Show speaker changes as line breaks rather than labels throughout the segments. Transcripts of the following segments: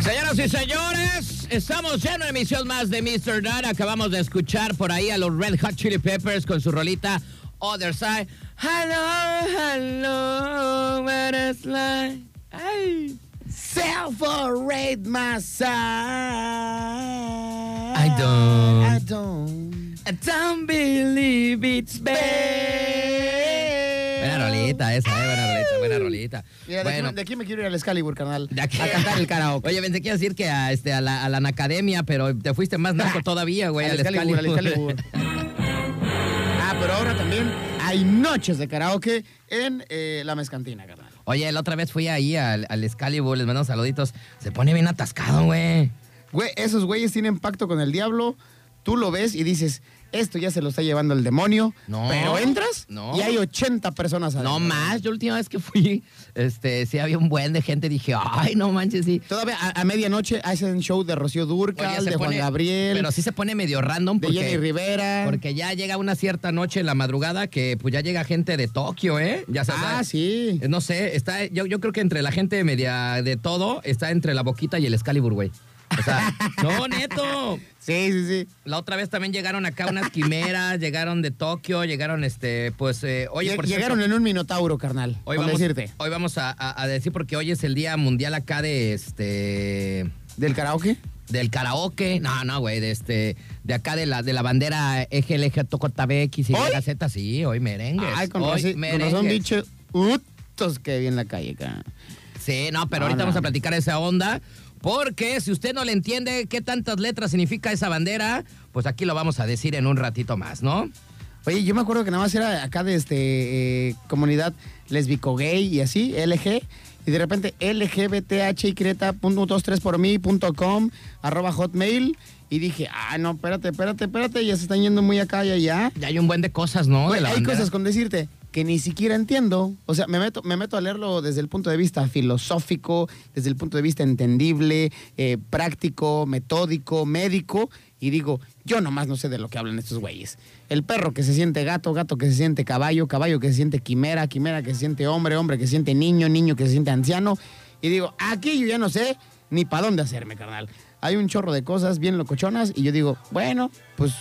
Señoras y señores, estamos ya en una emisión más de Mr. Dad. Acabamos de escuchar por ahí a los Red Hot Chili Peppers con su rolita Other Side. Hello, hello, what is life? Ay.
Self-rate myself.
I don't.
I don't.
I don't believe it's bad. Buena rolita esa, eh, buena rolita, buena rolita.
Mira, de,
Bueno.
aquí, de aquí me quiero ir al Excalibur, carnal.
De aquí.
A cantar el karaoke.
Oye, pensé que iba a decir que a, este, a, la, a la anacademia, pero te fuiste más naco todavía, güey.
al
al
Excalibur, al
Excalibur.
Excalibur. ah, pero ahora también hay noches de karaoke en eh, la mezcantina, carnal.
Oye, la otra vez fui ahí al, al Excalibur, les mandamos saluditos. Se pone bien atascado, güey.
Güey, esos güeyes tienen pacto con el diablo. Tú lo ves y dices, esto ya se lo está llevando el demonio.
No.
Pero entras
No.
y hay 80 personas adentro.
No más, yo la última vez que fui, este, sí había un buen de gente, dije, ay, no manches, sí.
Todavía a, a medianoche hacen show de Rocío Durcal,
Oye, se
de Juan
pone-
Gabriel,
Pero sí se pone medio random
de
porque,
Jenny Rivera.
porque ya llega una cierta noche en la madrugada que pues ya llega gente de Tokio, ¿eh? Ya sabes.
ah, sí.
No sé, está, yo, yo creo que entre la gente media de todo, está entre la boquita y el Excalibur, güey. O sea, no, neto.
Sí, sí, sí.
La otra vez también llegaron acá unas quimeras, llegaron de Tokio, llegaron este, pues, eh, oye,
Lle-
por
Llegaron
cierto,
en un minotauro, carnal.
hoy
con
vamos,
decirte.
Hoy vamos a, a- a decir porque hoy es el día mundial acá de este
¿Del karaoke?
del karaoke. No, no, güey, de este, de acá de la, de la bandera EGLG Tocotavx y
¿Hoy?
la Z, sí, hoy merengues.
Ay, con,
hoy
raci- con razón
merengues.
dicho, utos que vi en la calle, carnal.
Sí, no, pero
No,
ahorita
no,
vamos a
no.
platicar esa onda. Porque si usted no le entiende qué tantas letras significa esa bandera, pues aquí lo vamos a decir en un ratito más, ¿no?
Oye, yo me acuerdo que nada más era acá de este eh, comunidad lesbico gay y así, LG. Y de repente LGBTH por mí, punto com, arroba hotmail. Y dije, ah, no, espérate, espérate, espérate, ya se están yendo muy acá y allá.
Ya hay un buen de cosas, ¿no?
Güey,
de la
hay
bandera.
cosas con decirte que ni siquiera entiendo. O sea, me meto, me meto a leerlo desde el punto de vista filosófico, desde el punto de vista entendible, eh, práctico, metódico, médico, y digo, yo nomás no sé de lo que hablan estos güeyes. El perro que se siente gato, gato que se siente caballo, caballo que se siente quimera, quimera que se siente hombre, hombre que se siente niño, niño que se siente anciano. Y digo, aquí yo ya no sé ni para dónde hacerme, carnal. Hay un chorro de cosas bien locochonas y yo digo, bueno, pues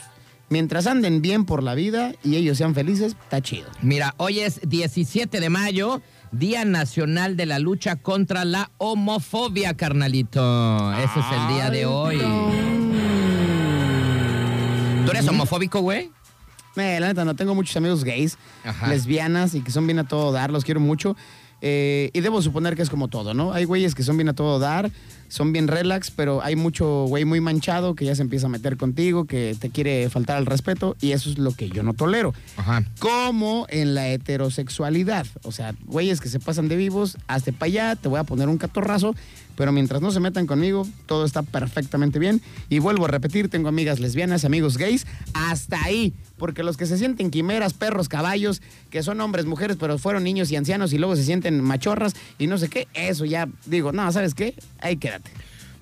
Mientras anden bien por la vida y ellos sean felices, está chido.
Mira, hoy es 17 de mayo, Día Nacional de la Lucha contra la Homofobia, carnalito. Ese es el día de hoy. ¿Tú
¿Mm?
eres homofóbico, güey?
Eh, la neta, no tengo muchos amigos gays,
Ajá.
lesbianas y que son bien a todo dar, los quiero mucho. Eh, y debo suponer que es como todo, ¿no? Hay güeyes que son bien a todo dar, son bien relax, pero hay mucho güey muy manchado que ya se empieza a meter contigo, que te quiere faltar al respeto y eso es lo que yo no tolero.
Ajá.
como en la heterosexualidad. O sea, güeyes que se pasan de vivos, hazte para allá, te voy a poner un catorrazo, pero mientras no se metan conmigo, todo está perfectamente bien. Y vuelvo a repetir, tengo amigas lesbianas, amigos gays, hasta ahí. Porque los que se sienten quimeras, perros, caballos, que son hombres, mujeres, pero fueron niños y ancianos y luego se sienten machorras y no sé qué, eso ya digo, no, ¿sabes qué? Ahí quédate.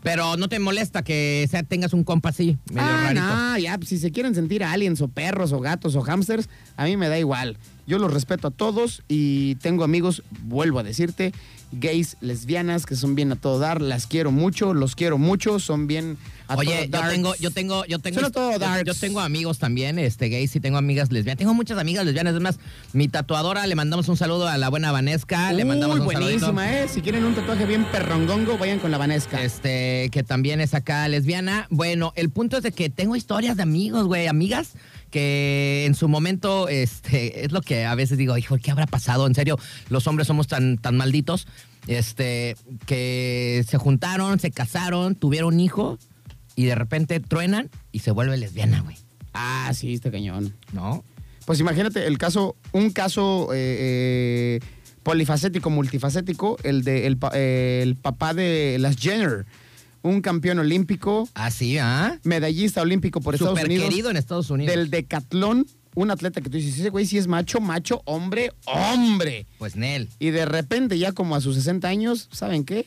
Pero no te molesta que sea, tengas un compa así, medio
ah,
rarito.
no, ya, pues, si se quieren sentir aliens o perros o gatos o hamsters, a mí me da igual. Yo los respeto a todos y tengo amigos, vuelvo a decirte, gays, lesbianas, que son bien a todo dar, las quiero mucho, los quiero mucho, son bien a
Oye,
todo
yo
dar.
tengo, yo tengo, yo tengo,
Son a todo
yo-
darks.
yo tengo amigos también, este, gays y tengo amigas lesbianas. Tengo muchas amigas lesbianas. Además, mi tatuadora le mandamos un saludo a la buena Vanesca. ah, le mandamos
Uy,
un
buenísima,
saludito.
¿eh? Si quieren un tatuaje bien perrongongo, vayan con la Vanesca.
Este, que también es acá lesbiana. Bueno, el punto es de que tengo historias de amigos, güey, amigas que en su momento, este, es lo que a veces digo, hijo, ¿qué habrá pasado? En serio, los hombres somos tan, tan malditos, este, que se juntaron, se casaron, tuvieron un hijo y de repente truenan y se vuelve lesbiana, güey.
Ah, sí, está cañón.
¿No?
Pues imagínate el caso, un caso eh, eh, polifacético, multifacético, el de el, pa- eh, el papá de las Jenner, un campeón olímpico,
Así, ¿ah?
medallista olímpico por Estados
Súper
Unidos,
querido en Estados Unidos.
del decatlón, un atleta que tú dices, ese güey sí es macho, macho, hombre, hombre.
Pues Nel.
Y de repente ya como a sus 60 años, ¿saben qué?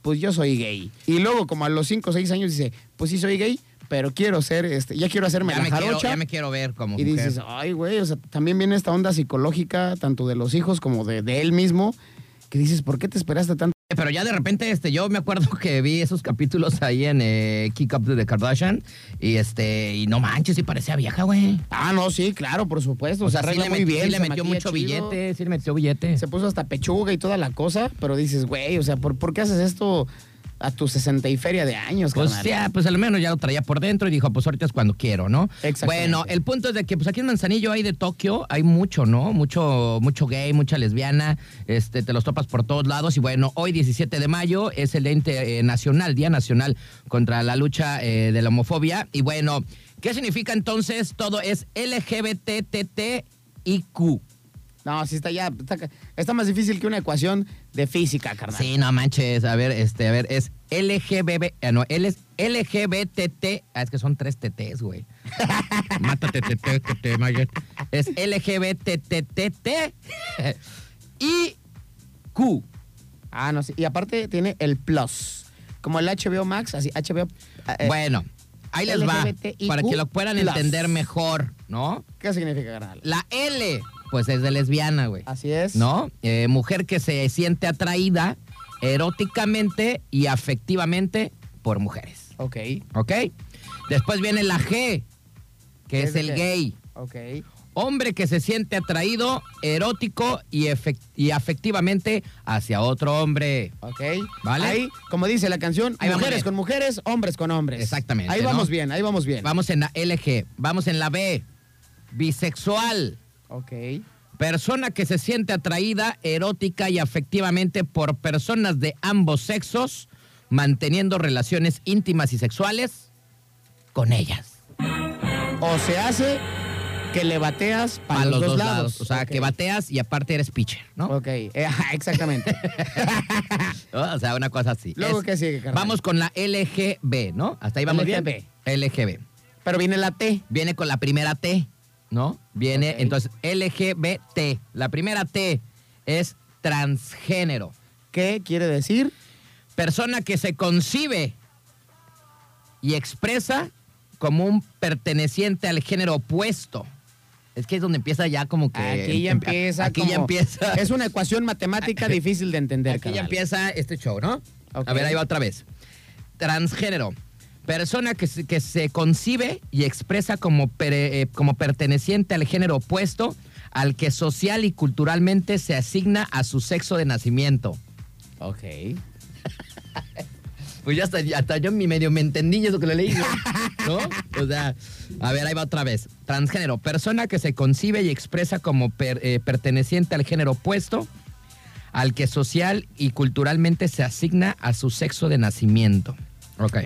Pues yo soy gay. Y luego como a los 5 o 6 años dice, pues sí soy gay, pero quiero ser, este, ya quiero hacerme
Ya
la
me, quiero,
jarocha.
ya me quiero ver como
Y
mujer.
dices, ay, güey, o sea, también viene esta onda psicológica, tanto de los hijos como de, de él mismo, que dices, ¿por qué te esperaste tanto
Eh, Pero ya de repente, este, yo me acuerdo que vi esos capítulos ahí en eh, Kick Up de Kardashian y este, y no manches, sí parecía vieja, güey.
Ah, no, sí, claro, por supuesto. O sea,
sí
Pues arregla
le
muy
metió-
bien.
sí le
se
metió
maquilla
mucho
chido.
billete, sí le metió billete.
se puso hasta pechuga y toda la cosa, pero dices, güey, o sea, ¿por, por qué haces esto a tu 60 y feria de años,
Pues
carnal?
ya, pues al menos ya lo traía por dentro y dijo, pues ahorita es cuando quiero, ¿no?
Exactamente.
Bueno, el punto es de que pues aquí en Manzanillo hay de Tokio, hay mucho, ¿no? Mucho, mucho gay, mucha lesbiana, este, te los topas por todos lados. Y bueno, hoy 17 de mayo es el ente eh, nacional, Día Nacional contra la lucha eh, de la homofobia. Y bueno, ¿qué significa entonces? Todo es LGBTTIQ.
No, sí está ya, está, ca- está más difícil que una ecuación de física, carnal.
Sí, no manches. A ver, este, a ver, es LGBB, ah, no, L es LGBTT. Ah, es que son tres TTs, güey. Mátate, tete, tete, Mayer. Es LGBTTTT y Q.
Ah, no, sí. Y aparte tiene el plus. Como el HBO Max, así, HBO. eh,
Bueno, ahí les va.
LGBTIQ+.
Para que lo puedan entender mejor, ¿no?
¿Qué significa, carnal?
La L, pues es de lesbiana, güey.
Así es.
¿No? Eh, mujer que se siente atraída eróticamente y afectivamente por mujeres.
Ok,
¿Ok? Después viene la G, que
¿Qué
es,
es
el
G?
gay.
ok.
Hombre que se siente atraído, erótico y, efec- y afectivamente hacia otro hombre.
Ok.
Vale.
Ahí, como dice la canción,
Ahí vamos
mujeres
bien.
con mujeres, hombres con hombres.
Exactamente,
Ahí
¿no?
vamos bien, ahí vamos bien.
Vamos en la LG. Vamos en la B. Bisexual.
Ok.
Persona que se siente atraída, erótica y afectivamente por personas de ambos sexos, manteniendo relaciones íntimas y sexuales con ellas.
O se hace que le bateas para
a
los, dos, lados.
O sea,
Ok.
que bateas y aparte eres pitcher, ¿no?
Ok, eh, ajá, exactamente.
O sea, una cosa así.
Luego,
Es-
¿qué sigue, carnal?
Vamos con la LGB, ¿no? Hasta ahí vamos
LGB.
bien. LGB.
Pero viene la T.
Viene con la primera T, ¿no? Viene,
Ok.
entonces, LGBT. La primera T es transgénero.
¿Qué quiere decir?
Persona que se concibe y expresa como un perteneciente al género opuesto. Es que es donde empieza ya como que...
Aquí ya
em-
empieza.
Aquí ya
como-
empieza...
Es una ecuación matemática difícil de entender.
Aquí ya
carnal.
empieza este show, ¿no?
Ok.
A ver, ahí va otra vez. Transgénero. Persona que se, que se concibe y expresa como, pere- eh, como perteneciente al género opuesto al que social y culturalmente se asigna a su sexo de nacimiento.
Ok.
Pues ya hasta, hasta yo mi medio me entendí eso que lo leí, güey, ¿no? O sea, a ver, ahí va otra vez. Transgénero, persona que se concibe y expresa como per- eh, perteneciente al género opuesto, al que social y culturalmente se asigna a su sexo de nacimiento. Ok,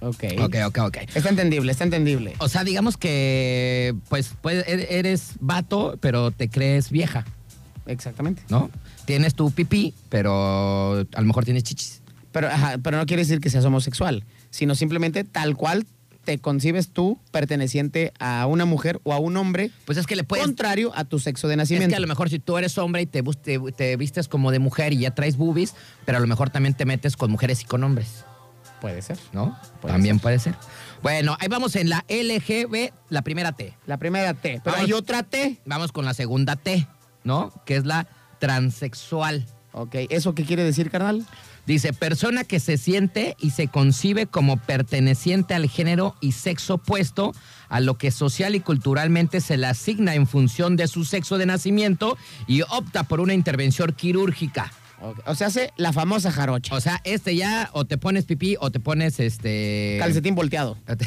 Ok.
ok, ok, ok.
Está entendible, está entendible.
O sea, digamos que, pues, pues er- eres vato, pero te crees vieja,
Exactamente.
¿no? Tienes tu pipí, pero a lo mejor tienes chichis.
Pero, ajá, pero no quiere decir que seas homosexual, sino simplemente tal cual te concibes tú perteneciente a una mujer o a un hombre
Pues es que le puedes
contrario a tu sexo de
Es
nacimiento.
que a lo mejor si tú eres hombre y te, bus- te- te vistes como de mujer y ya traes boobies, pero a lo mejor también te metes con mujeres y con hombres,
Puede ser.
¿no?
Puede
también puede ser. Bueno, ahí vamos en la LGB, la primera T.
La primera T. Pero
Vamos.
hay otra T.
Vamos con la segunda T, ¿no? Que es la transexual.
Ok. ¿Eso qué quiere decir, carnal?
Dice, persona que se siente y se concibe como perteneciente al género y sexo opuesto a lo que social y culturalmente se le asigna en función de su sexo de nacimiento y opta por una intervención quirúrgica.
Ok, O sea, hace la famosa jarocha.
O sea, este ya o te pones pipí o te pones este.
Calcetín volteado.
O te,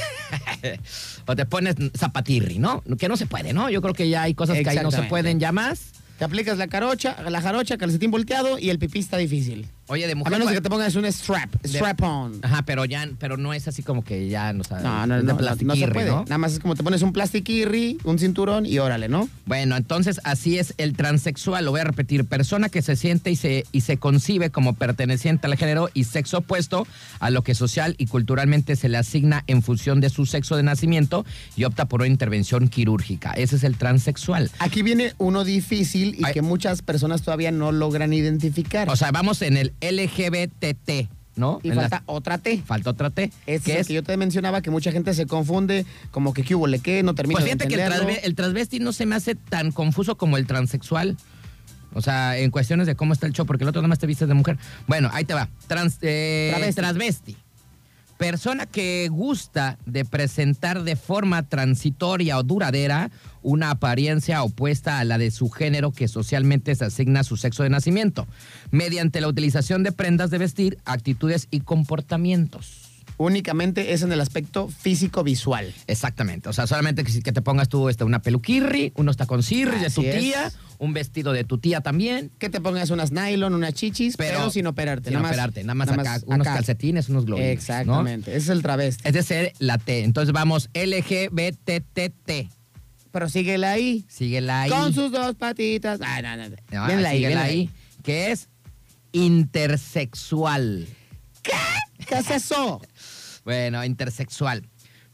o te pones zapatirri, ¿no? Que no se puede, ¿no? Yo creo que ya hay cosas que ahí no se
Exactamente.
pueden ya más.
Te aplicas la carocha, la jarocha, calcetín volteado y el pipí está difícil.
Oye, de
A
mujer.
menos de que
cua-
te pongas un strap, strap on.
Ajá, pero ya, pero no es así como que ya no sabes.
No, no,
es de
no, no, no se
plastiquirri,
puede.
¿no?
Nada más es como te pones un plastiquirri, un cinturón y órale, ¿no?
Bueno, entonces así es el transexual, lo voy a repetir, persona que se siente y se, y se concibe como perteneciente al género y sexo opuesto a lo que social y culturalmente se le asigna en función de su sexo de nacimiento y opta por una intervención quirúrgica. Ese es el transexual.
Aquí viene uno difícil y
Ay.
que muchas personas todavía no logran identificar.
O sea, vamos en el LGBTT, ¿no?
y
En la-
falta otra T.
falta otra T.
Este
que
es el
es-
que yo te mencionaba que mucha gente se confunde, como que qué hubo, le qué, no termina
pues
de
fíjate que el,
entenderlo.
transve- el transvesti no se me hace tan confuso como el transexual. O sea, en cuestiones de cómo está el show, porque el otro nomás te viste de mujer. Bueno, ahí te va. Trans, eh,
Travesti.
transvesti. Persona que gusta de presentar de forma transitoria o duradera una apariencia opuesta a la de su género que socialmente se asigna a su sexo de nacimiento, mediante la utilización de prendas de vestir, actitudes y comportamientos.
Únicamente es en el aspecto físico-visual.
Exactamente. O sea, solamente que, si- que te pongas tú este, una peluquirri, unos taconcirri de tu
Así es.
tía, un vestido de tu tía también.
Que te pongas unas nylon, unas chichis, pero, sin operarte.
Sin
nada más-
operarte, nada más acá, unos
acá.
calcetines, unos globitos. ¿no?
Exactamente. Ese es el travesti.
Es decir, la T. Entonces vamos, LGBTTT.
Pero síguela ahí.
Síguela ahí.
Con sus dos patitas. Ah, no, no, no.
Ah,
Venla ahí,
síguela
venla ahí.
ahí. Que es intersexual.
¿Qué es eso?
Bueno, intersexual.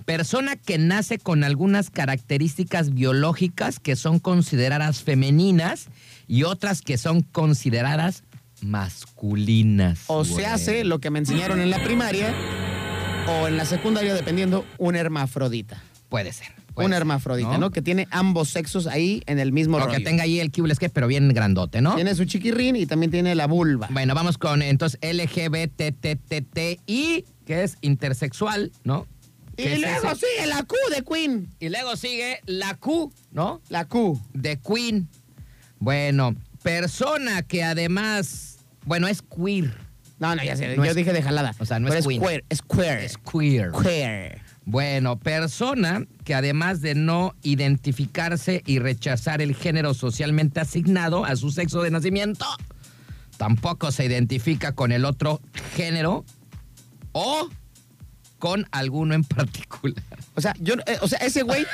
Persona que nace con algunas características biológicas que son consideradas femeninas y otras que son consideradas masculinas.
O se
güey.
hace lo que me enseñaron en la primaria o en la secundaria, dependiendo, un hermafrodita.
Puede ser. puede
Un
ser,
hermafrodita, ¿no? Que tiene ambos sexos ahí en el mismo
O
rollo.
que tenga ahí el kibble skate, pero bien grandote, ¿no?
Tiene su chiquirrín y también tiene la vulva.
Bueno, vamos con entonces LGBTTTI, que es intersexual, ¿no?
Y
Que es
luego
ese-
sigue la Q de Queen.
y luego sigue la Q, ¿no?
La Q.
de Queen. Bueno, persona que además, bueno, es queer.
No, no, ya sé.
No
yo
es-
dije de jalada.
o sea, no
Pero
es Queen.
queer. Es queer.
Es queer.
queer.
Bueno, persona que además de no identificarse y rechazar el género socialmente asignado a su sexo de nacimiento, tampoco se identifica con el otro género o con alguno en particular.
O sea, yo, eh, o sea, ese güey,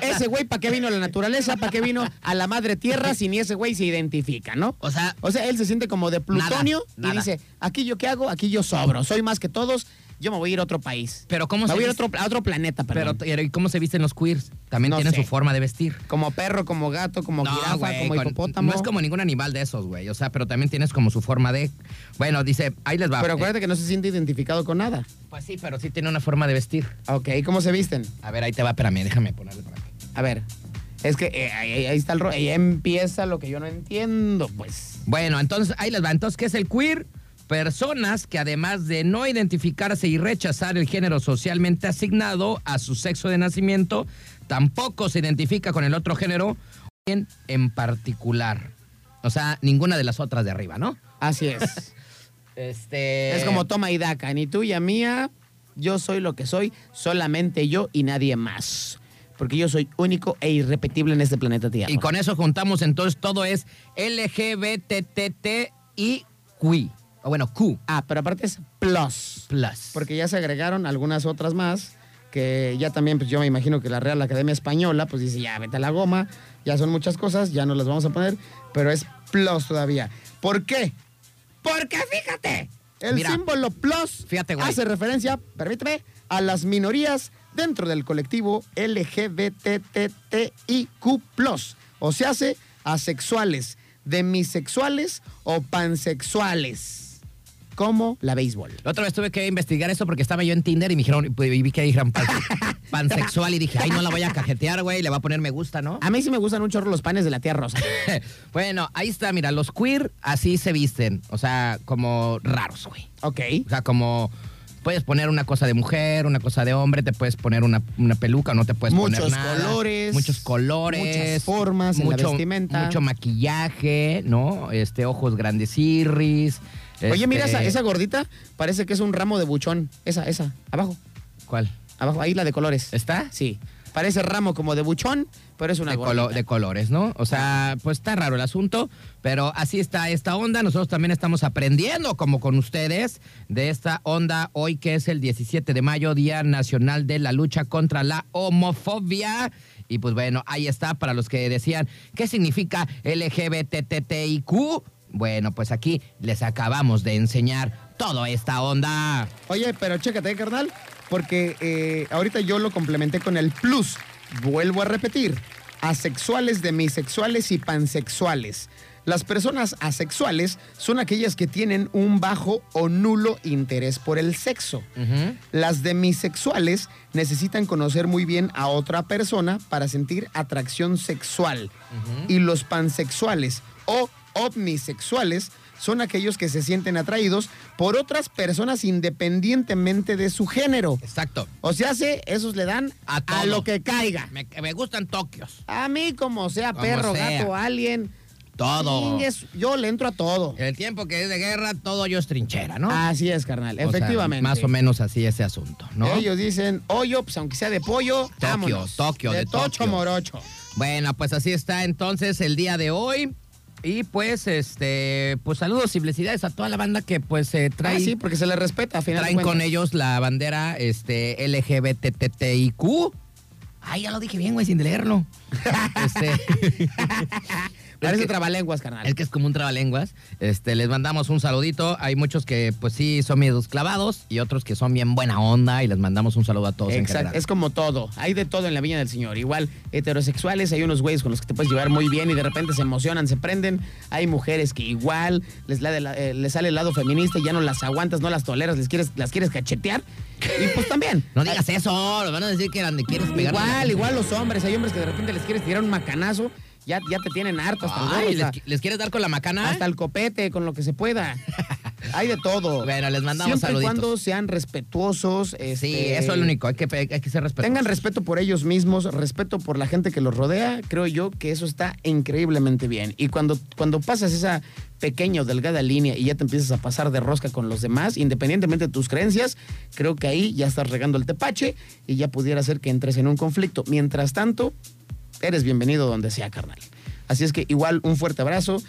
ese güey, ¿para qué vino a la naturaleza? ¿Para qué vino a la madre tierra si ni ese güey se identifica, no?
O sea,
O sea, él se siente como de plutonio
Nada, nada.
y dice, aquí yo qué hago, aquí yo sobro, soy más que todos, yo me voy a ir a otro país.
Pero ¿cómo
me
se
voy a ir a
dice?
otro, a otro planeta,
pero,
perdón.
pero ¿y cómo se visten los queers? También
No
tienen
sé.
su forma de vestir.
como perro, como gato, como jirafa,
güey,
como
con-
hipopótamo.
No es como ningún animal de esos, güey. O sea, pero también tienes como su forma de. Bueno, dice, ahí les va.
Pero
Eh,
acuérdate que no se siente identificado con nada.
pues sí, pero sí tiene una forma de vestir.
Ok, ¿cómo se visten?
A ver, ahí te va, espérame, déjame ponerle para acá.
A ver, es que eh, ahí, ahí- ahí está el rollo, ahí empieza lo que yo no entiendo, pues.
Bueno, entonces ahí les va. Entonces, ¿qué es el queer? Personas que además de no identificarse y rechazar el género socialmente asignado a su sexo de nacimiento, tampoco se identifica con el otro género en, en particular. O sea, ninguna de las otras de arriba, ¿no?
Así es.
Este.
Es como toma y daca, ni tuya, mía. Yo soy lo que soy, solamente yo y nadie más. Porque yo soy único e irrepetible en este planeta Tierra.
Y con eso juntamos entonces todo es LGBTTTI Q. O bueno, Q
Ah, pero aparte es plus.
plus.
Porque ya se agregaron algunas otras más que ya también, pues yo me imagino que la Real Academia Española, pues dice, ya vete a la goma, ya son muchas cosas, ya no las vamos a poner, pero es plus todavía. ¿Por qué? Porque fíjate, el
Mira.
símbolo plus
Fíjate, güey.
hace referencia, permíteme, a las minorías dentro del colectivo LGBTTIQ+, o se hace asexuales, demisexuales o pansexuales, como la béisbol.
La otra vez tuve que investigar eso porque estaba yo en Tinder y me dijeron, y vi que dijeron pan- pansexual y dije, ay, no la voy a cajetear, güey, le va a poner me gusta, ¿no?
A mí sí me gustan un chorro los panes de la tía Rosa.
bueno, ahí está, mira, los queer así se visten, o sea, como raros, güey.
Ok.
O sea, como puedes poner una cosa de mujer, una cosa de hombre, te puedes poner una, una peluca, no te puedes
Muchos
poner nada.
colores,
Muchos colores.
muchas formas en la vestimenta.
Mucho maquillaje, ¿no? Este, ojos grandecirris.
Oye, mira, esa,
este,
esa gordita parece que es un ramo de buchón. Esa, esa. Abajo,
¿Cuál?
abajo. Ahí la de colores.
¿Está?
Sí. Parece ramo como de buchón, pero es una
de, colo-
gordita.
de colores, ¿no? O sea, pues está raro el asunto, pero así está esta onda. Nosotros también estamos aprendiendo, como con ustedes, de esta onda hoy que es el 17 de mayo, Día Nacional de la Lucha contra la Homofobia. Y pues bueno, ahí está para los que decían, ¿qué significa LGBTTIQ? Bueno, pues aquí les acabamos de enseñar toda esta onda.
Oye, pero chécate, ¿eh, carnal, porque eh, ahorita yo lo complementé con el plus. Vuelvo a repetir. Asexuales, demisexuales y pansexuales. Las personas asexuales son aquellas que tienen un bajo o nulo interés por el sexo.
Ujú.
Las demisexuales necesitan conocer muy bien a otra persona para sentir atracción sexual. Y los pansexuales o omnisexuales son aquellos que se sienten atraídos por otras personas independientemente de su género.
Exacto.
O sea, se, esos le dan
A
a,
todo.
lo que caiga.
Me, me gustan Tokios.
A mí, como sea,
Como
perro,
sea.
gato, alien.
Todo.
chingues, yo le entro a todo.
El tiempo que es de guerra, todo yo es trinchera, ¿no?
Así es,
O
carnal.
sea,
Ah, Efectivamente.
más o menos así ese asunto, ¿no?
Ellos dicen, hoyo, pues aunque sea de pollo,
Tokio,
vámonos.
Tokio, de
tocho
Tokio.
morocho.
Bueno, pues así está entonces el día de hoy. Y pues, este, pues saludos y felicidades a toda la banda que pues eh, trae,
Ah, sí, porque se les respeta, al final de
traen con
cuentas.
ellos la bandera este, LGBTTIQ. Ay, ya lo dije bien, güey, sin leerlo. este,
Parece
Es que-
trabalenguas, carnal.
es que es como un trabalenguas. Este, les mandamos un saludito. Hay muchos que pues sí son miedos clavados y otros que son bien buena onda y les mandamos un saludo a todos. en
Exacto,
general.
es como todo. Hay de todo en la viña del señor. Igual, heterosexuales, hay unos güeyes con los que te puedes llevar muy bien y de repente se emocionan, se prenden. Hay mujeres que igual les, la de la- eh, les sale el lado feminista y ya no las aguantas, no las toleras, les quieres, las quieres cachetear. Y pues también.
No digas eso, nos van a decir que eran de quieres pegar.
Igual, igual los hombres. Hay hombres que de repente les quieres tirar un macanazo, ya, ya te tienen harto hasta el gorro,
Ay, les,
hasta-
qui- les quieres dar con la macana?
hasta el copete, con lo que se pueda. Hay de todo.
Bueno, les mandamos
Siempre
saluditos.
y cuando sean respetuosos.
Sí,
este,
eso es lo único, hay que, pe- hay que ser respetuosos.
Tengan respeto por ellos mismos, respeto por la gente que los rodea. Creo yo que eso está increíblemente bien. Y cuando, cuando pasas esa pequeña o delgada línea y ya te empiezas a pasar de rosca con los demás, independientemente de tus creencias, creo que ahí ya estás regando el tepache y ya pudiera ser que entres en un conflicto. Mientras tanto, eres bienvenido donde sea, carnal. Así es que igual un fuerte abrazo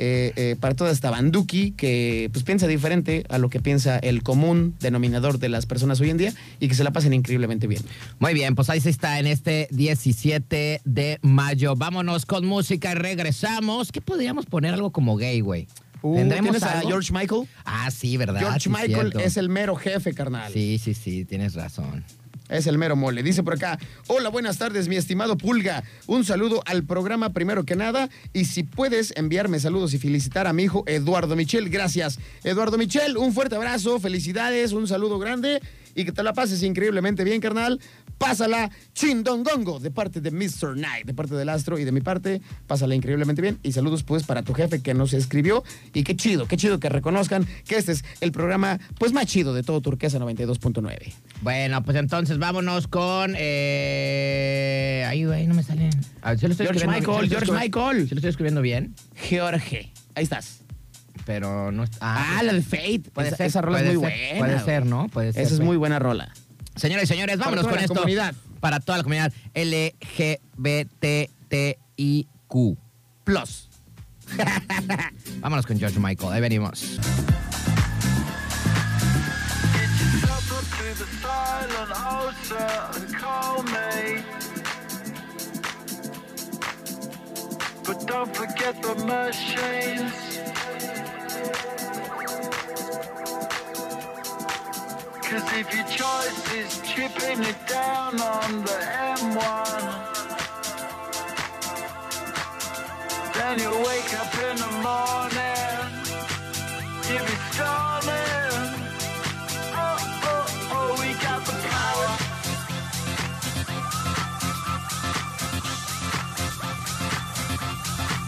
eh, eh, para toda esta banduki que pues piensa diferente a lo que piensa el común denominador de las personas hoy en día y que se la pasen increíblemente bien.
Muy bien, pues ahí se está en este 17 de mayo. Vámonos con música y regresamos. ¿Qué podríamos poner algo como gay, güey?
Uh, ¿Tienes a
algo?
George Michael?
Ah, sí, ¿verdad?
George
Sí,
Michael
cierto.
es el mero jefe, carnal.
Sí, sí, sí, tienes razón.
Es el mero mole. Dice por acá, hola, buenas tardes, mi estimado Pulga. Un saludo al programa primero que nada. Y si puedes enviarme saludos y felicitar a mi hijo Eduardo Michel. Gracias. Eduardo Michel, un fuerte abrazo, felicidades, un saludo grande y que te la pases increíblemente bien, carnal. Pásala chindongongo de parte de Mr. Knight, de parte del astro y de mi parte. Pásala increíblemente bien. Y saludos pues para tu jefe que nos escribió. Y qué chido, qué chido que reconozcan que este es el programa pues más chido de todo Turquesa 92.9.
Bueno, pues entonces vámonos con. Eh... Ay, güey, no me salen. A ver, sí lo estoy
George
escribiendo-
Michael,
sí lo estoy
George
escribiendo-
Michael.
Sí lo estoy escribiendo bien,
George. Ahí estás.
pero no pues, está.
Ah, la de Fate.
Puede
esa,
ser,
esa rola
puede
es muy
ser,
buena.
Puede
güey.
ser, ¿no? Puede ser.
Esa es
pero-
muy buena rola.
Señoras y señores, vámonos
toda
con
la
esto.
comunidad.
Para toda la comunidad. LGBTTIQ.
Plus.
Vámonos con George Michael, ahí venimos.
Get yourself up to the silent ocean and call me. But don't forget the machines. Cause if your choice is chipping it down on the M1, then you wake up in the morning, you'll be stalling. Oh, oh, oh, we got the power.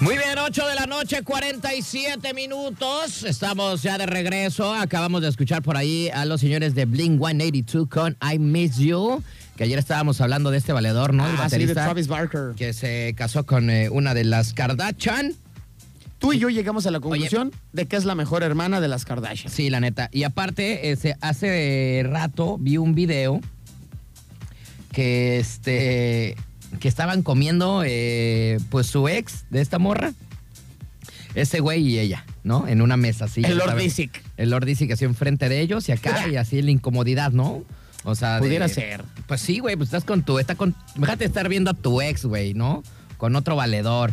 Muy bien, 8 de la noche, 47 minutos. Estamos ya de regreso. Acabamos de escuchar por ahí a los señores de Blink 182 con I Miss You. Que ayer estábamos hablando de este valedor, ¿no? El
Ah, sí, de
baterista
Travis Barker.
que se casó con eh, una de las Kardashian.
Tú y yo llegamos a la conclusión de que es la mejor hermana de las Kardashian.
Sí, la neta. Y aparte, este, hace rato vi un video que este que estaban comiendo eh, pues su ex de esta morra. Ese güey y ella, ¿no? En una mesa así.
el
ya
Lord
sabes.
Disick.
El Lord Disick así enfrente de ellos y acá y así la incomodidad, ¿no? O sea, de-
Pudiera ser.
Pues sí, güey, pues estás con tu está con déjate estar viendo a tu ex, güey, ¿no? Con otro valedor.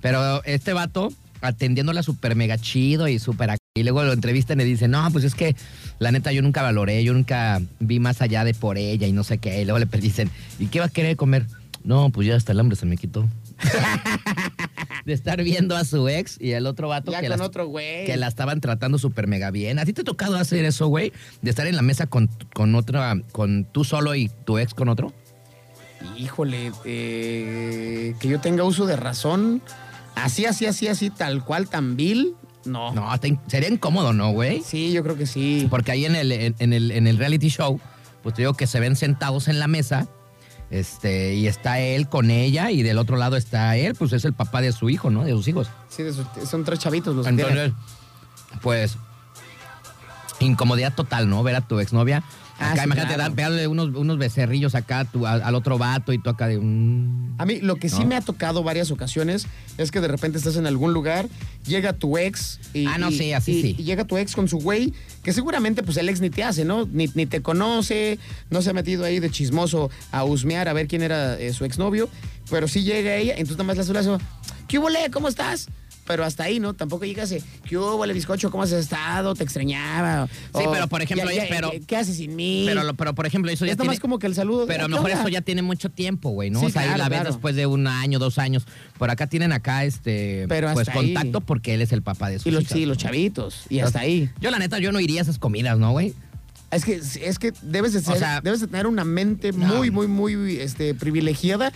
Pero este vato atendiéndola súper mega chido y súper ac- y luego lo entrevistan y le dicen, "No, pues es que la neta yo nunca valoré, yo nunca vi más allá de por ella y no sé qué." Y luego le pe- dicen, "¿Y qué va a querer comer?" No, pues ya hasta el hambre se me quitó. de estar viendo a su ex y el otro vato
Ya
que
con
las-
otro güey.
que la estaban tratando súper mega bien. ¿A ti te ha tocado hacer eso, güey? De estar en la mesa con, con otra, con tú solo y tu ex con otro.
Híjole, eh, que yo tenga uso de razón. Así, así, así, así, tal cual, tan vil. No.
No, está in- sería incómodo, ¿no, güey?
Sí, yo creo que sí.
Porque ahí en el, en, en el, en el reality show, pues te digo que se ven sentados en la mesa, este, y está él con ella, y del otro lado está él, pues es el papá de su hijo, ¿no? De sus hijos.
Sí, de sus- son tres chavitos los que
Entonces,
tienen.
pues, incomodidad total, ¿no? Ver a tu exnovia.
Ah,
Acá,
sí,
imagínate,
claro.
da- pegarle unos, unos becerrillos acá a tu- al- al otro vato y tú acá de un...
A mí lo que sí
No.
me ha tocado varias ocasiones es que de repente estás en algún lugar, llega tu ex y,
Ah, no,
y-
sí, así
y-
sí.
y llega tu ex con su güey, que seguramente pues el ex ni te hace, ¿no? Ni, ni te conoce, no se ha metido ahí de chismoso a husmear a ver quién era eh, su exnovio, pero sí llega ella, entonces nada más la saludas, como, ¿qué hubo, le? ¿Cómo estás? Pero hasta ahí, ¿no? Tampoco llegas, eh, ¿qué hubo, le bizcocho? ¿Cómo has estado? ¿Te extrañaba?
Sí, pero, por ejemplo,
ya- ya,
pero-
¿qué, qué haces sin mí?
Pero, lo- pero por ejemplo, eso ya
es nada
tiene-
más como que el saludo. de,
Pero a
"¿Qué
lo mejor
onda?".
eso ya tiene mucho tiempo, güey, ¿no?
Sí,
o sea, ahí
claro,
la ves
claro.
después de un año, dos años. Por acá tienen acá, este,
Pero
pues
hasta ahí.
contacto porque él es el papá de sus
Y los,
hijas,
sí, los
¿no?
chavitos. Y hasta ahí.
Yo, la neta, yo no iría a esas comidas, ¿no, güey?
Es que, es que debes, de
O
ser-
sea,
debes de tener una mente
no.
muy, muy, muy este, privilegiada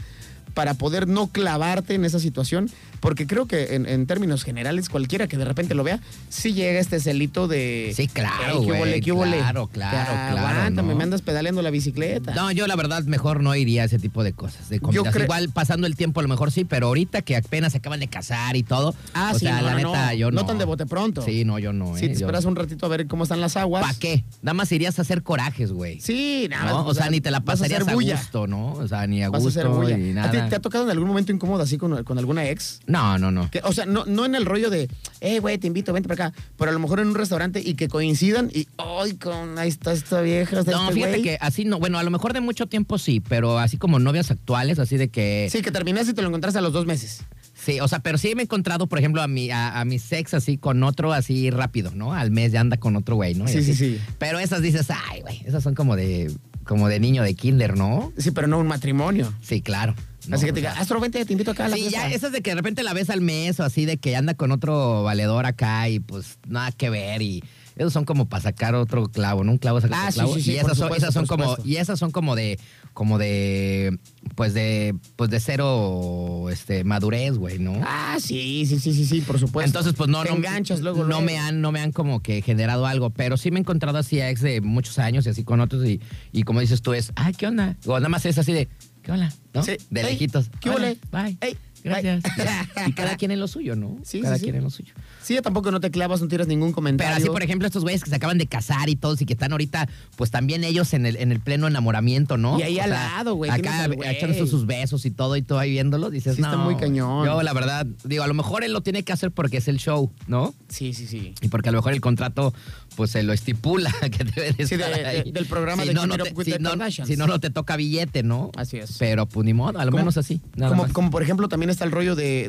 para poder no clavarte en esa situación. Porque creo que en, en términos generales, cualquiera que de repente lo vea, sí llega este celito de.
Sí, claro,
"Ey, ¿qué hubo le,
güey,
qué hubo le?".
claro, claro,
Ya,
claro,
Aguántame,
¿no?
me andas pedaleando la bicicleta.
No, yo la verdad mejor no iría a ese tipo de cosas, de comidas.
creo-
Igual pasando el tiempo a lo mejor sí, pero ahorita que apenas se acaban de casar y todo.
Ah,
o
sí,
sea,
no,
la
no,
neta,
no.
yo no.
No tan de bote pronto.
Sí, no, yo no.
si te esperas un ratito a ver cómo están las aguas.
¿Para qué? Nada más irías a hacer corajes, güey.
Sí, nada más,
¿no? O sea, ni te la
vas a hacer
pasarías a,
bulla.
gusto, ¿no? O sea, ni a
Vas a hacer
gusto
bulla.
ni
¿A ti
nada.
¿Te ha tocado en algún momento incómodo así con, con alguna ex?
No, no, no.
Que, o sea, no, no en el rollo de, eh, güey, te invito, vente para acá, pero a lo mejor en un restaurante y que coincidan y, ay, con, ahí está esta vieja, está
No,
este
fíjate
güey".
que así no, bueno, a lo mejor de mucho tiempo sí, pero así como novias actuales, así de que...
Sí, que terminaste y te lo encontraste a los dos meses.
Sí, o sea, pero sí me he encontrado, por ejemplo, a mi, a, a mi sex así con otro así rápido, ¿no? Al mes ya anda con otro güey, ¿no? Y
Sí, sí,
así.
sí.
Pero esas dices, ay, güey, esas son como de, como de niño de kinder, ¿no?
Sí, pero no un matrimonio.
Sí, claro. No,
Así que
o
te diga,
sea,
Astro, vente, te invito acá a la
Sí,
fiesta".
ya esas de que de repente la ves al mes o así de que anda con otro valedor acá y pues nada que ver y esos son como para sacar otro clavo, ¿no? Un clavo saca
Ah,
otro
sí,
clavo
sí, sí,
y
por
esas son,
supuesto,
esas son
por
como
supuesto.
y esas son como de como de pues de pues de cero este madurez, güey, ¿no?
Ah, sí, sí, sí, sí, sí, por supuesto.
Entonces, pues no,
Te
no.
enganchas luego.
No
luego.
me han, no me han como que generado algo, pero sí me he encontrado así a ex de muchos años y así con otros. Y, y como dices tú, es, ah, ¿qué onda? O nada más es así de, ¿qué onda? ¿No?
Sí.
De
Ey,
lejitos.
¿qué
"Hola,
ole?
Bye.
Ey,
Gracias.
bye.
Y cada quien en lo suyo, ¿no?
Sí,
cada
sí, sí.
quien en lo suyo.
Sí, tampoco no te clavas, no tiras ningún
Pero
comentario.
así, por ejemplo, estos güeyes que se acaban de casar y todos y que están ahorita, pues también ellos en el, en el pleno enamoramiento, ¿no?
Y ahí al lado, güey, tienes
Acá
al güey.
echándose sus besos y todo y todo ahí viéndolo, dices,
Sí, está
"No,
muy cañón".
Yo, la verdad, digo, a lo mejor él lo tiene que hacer porque es el show, ¿no?
Sí, sí, sí.
Y porque a lo mejor el contrato, pues se lo estipula que debe de
Sí, de-
estar
de-
ahí.
del programa
si
de
no,
Keeping
no
Up
te-
with
si
the
no-
Kardashians.
si no, no te toca billete, ¿no?
Así es.
Pero pues ni modo, a lo
Como-
menos así. nada
Como,
más.
como por ejemplo también está el rollo de,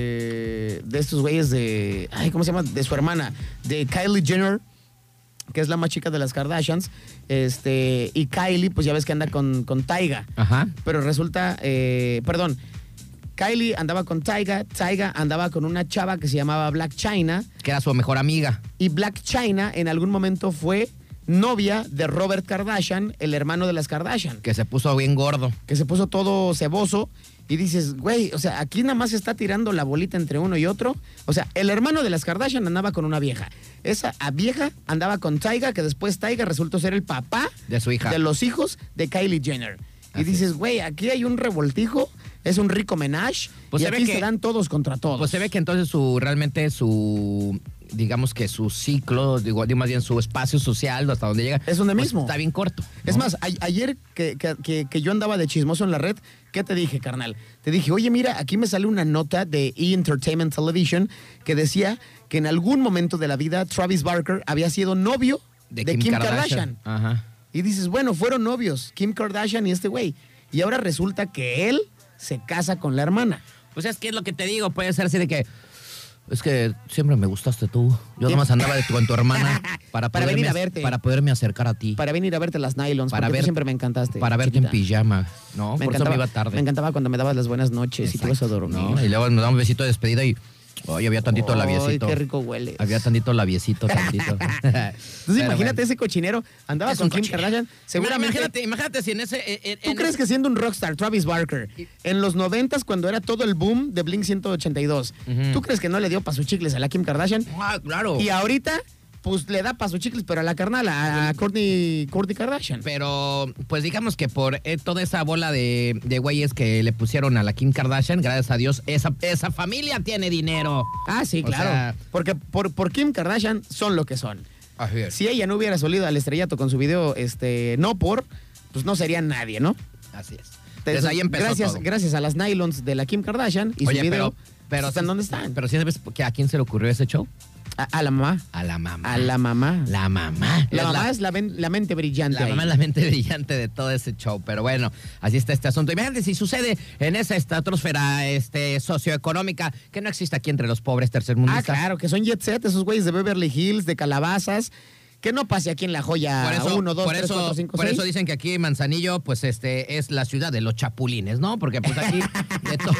de, de estos güeyes de... Ay, ¿cómo se llama? De su hermana, de Kylie Jenner, que es la más chica de las Kardashians. Este, y Kylie, pues ya ves que anda con, con Taiga.
Ajá.
Pero resulta, eh, perdón, Kylie andaba con Taiga, Taiga andaba con una chava que se llamaba Black China,
Que era su mejor amiga.
y Black China en algún momento fue novia de Robert Kardashian, el hermano de las Kardashian
Que se puso bien gordo.
que se puso todo ceboso y dices, güey, o sea, aquí nada más se está tirando la bolita entre uno y otro. O sea, el hermano de las Kardashian andaba con una vieja. Esa a vieja andaba con Taiga, que después Taiga resultó ser el papá
De su hija.
de los hijos de Kylie Jenner. Y
Así
dices, güey, aquí hay un revoltijo, es un rico menage,
Pues
y
se ve
aquí
que-
se dan todos contra todos.
Pues se ve que entonces su, realmente su, digamos que su ciclo, digo, digo, más bien su espacio social, hasta donde llega.
Es donde
pues,
mismo.
Está bien corto.
Es
¿no?
más, a- ayer que, que- que- que yo andaba de chismoso en la red, ¿qué te dije, carnal? Te dije, oye, mira, aquí me sale una nota de E! Entertainment Television que decía que en algún momento de la vida Travis Barker había sido novio de, Kim, Kardashian.
Ajá.
Y dices, bueno, fueron novios, Kim Kardashian y este güey. Y ahora resulta que él se casa con la hermana.
Pues es que es lo que te digo, puede ser así de que. Es que siempre me gustaste tú. Yo
Sí.
nomás andaba de tu, con tu hermana para,
Para
poderme
venir a
ac-
verte.
Para poderme acercar a ti. Para,
Para venir a verte las nylons, para porque tú
ver-
siempre me encantaste.
Para verte en
chiquita.
pijama. No,
Me
por eso
encantaba,
me iba tarde.
me encantaba cuando me dabas las buenas noches y
Exacto,
te ibas a dormir.
¿no? Y luego nos damos un besito de despedida y. Oye, había tantito labiecito.
Ay, qué rico huele.
Había tantito labiecito, tantito. Entonces
Entonces imagínate ese cochinero. Andaba con Kim Kardashian. Seguramente.
Imagínate, imagínate si en ese. en- en-
¿Tú crees que siendo un rockstar, Travis Barker, en los 90 cuando era todo el boom de Blink 182,
Ujú.
¿tú crees que no le dio pa' sus chicles a la Kim Kardashian?
Ah, claro.
Y ahorita, pues le da pa' sus chicles, pero a la carnal, a, a Kourtney Kourtney Kardashian.
Pero, pues digamos que por eh, toda esa bola de, de güeyes que le pusieron a la Kim Kardashian, gracias a Dios, esa, esa familia tiene dinero.
Ah, sí,
O
claro.
sea-
Porque por, por Kim Kardashian son lo que son.
Así
Si ella no hubiera salido al estrellato con su video, este, no por, pues no sería nadie, ¿no?
Así es.
Entonces,
Desde ahí empezó
gracias,
todo.
gracias a las nylons de la Kim Kardashian y
Oye,
su video, pues,
pero, pero
están
sí-
donde están.
Pero sí sabes que a quién se le ocurrió ese show?
A, a la mamá.
A la mamá.
A la mamá.
La mamá.
La
Es
mamá es la, ven- la mente brillante.
La
ahí.
mamá es la mente brillante de todo ese show, pero bueno, así está este asunto. Imagínate si sucede en esa estratosfera este, socioeconómica que no existe aquí entre los pobres
Ah,
tercermundistas.
claro, que son jet set, esos güeyes de Beverly Hills, de calabazas. Que no pase aquí en la joya
Por eso,
1, 2,
por
3,
eso-
4, 5,
por
6.
eso dicen que aquí Manzanillo, pues este, es la ciudad de los chapulines, ¿no? Porque pues aquí de todo.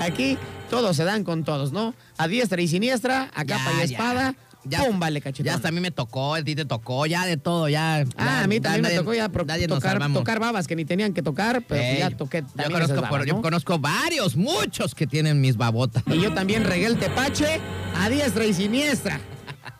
Aquí todos se dan con todos, ¿no? A diestra y siniestra, a capa y
Ya,
espada,
ya. Ya-
¡pum! Vale, cachetón.
Ya hasta a mí me tocó, a ti te tocó, ya de todo, ya.
Ah,
ya,
a mí también
nadie-
me tocó ya pro-
nadie nos
tocar,
salvamos.
tocar babas que ni tenían que tocar, pero
Ey,
ya toqué
yo
también
conozco,
esas
por-
babas,
yo
¿no?
conozco varios, muchos que tienen mis babotas.
Y yo también regué el tepache a diestra y siniestra.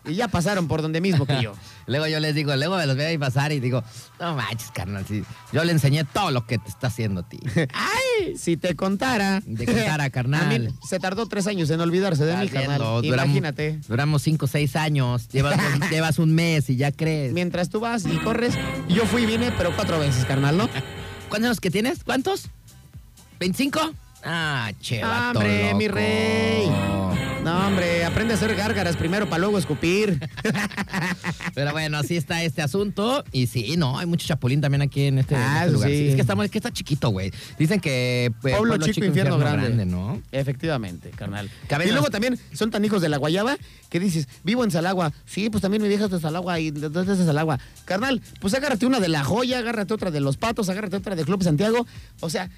Y ya pasaron por donde mismo que yo.
Luego yo les digo, luego me los veo ahí pasar y digo, no manches, carnal. sí, yo le enseñé todo lo que te está haciendo a ti.
¡Ay! Si te contara.
Te contara, carnal.
A mí se tardó tres años en olvidarse de mí,
Estás
carnal.
viendo, duramos-
Imagínate.
Duramos cinco o seis años. Llevas, un- llevas un mes y ya crees.
Mientras tú vas y corres, yo fui y vine, pero cuatro veces, carnal, ¿no?
¿Cuántos años que tienes? ¿Cuántos? ¿25? Ah, che, vato
¡Hombre, mi
loco.
rey! No, hombre, aprende a hacer gárgaras primero para luego escupir.
Pero bueno, así está este asunto. Y sí, no, hay mucho chapulín también aquí en este, en
Ah,
este lugar.
sí.
Sí, es que está, es que está chiquito, güey. Dicen que pues,
Pueblo
pueblo
chico, infierno grande.
¿no?
Efectivamente, carnal.
Cabezas.
Y luego también son tan hijos de la guayaba que dices, vivo en Salagua. Sí, pues también mi vieja es de Salagua y de- de de Salagua. Carnal, pues agárrate una de La Joya, agárrate otra de Los Patos, agárrate otra de Club Santiago. O sea,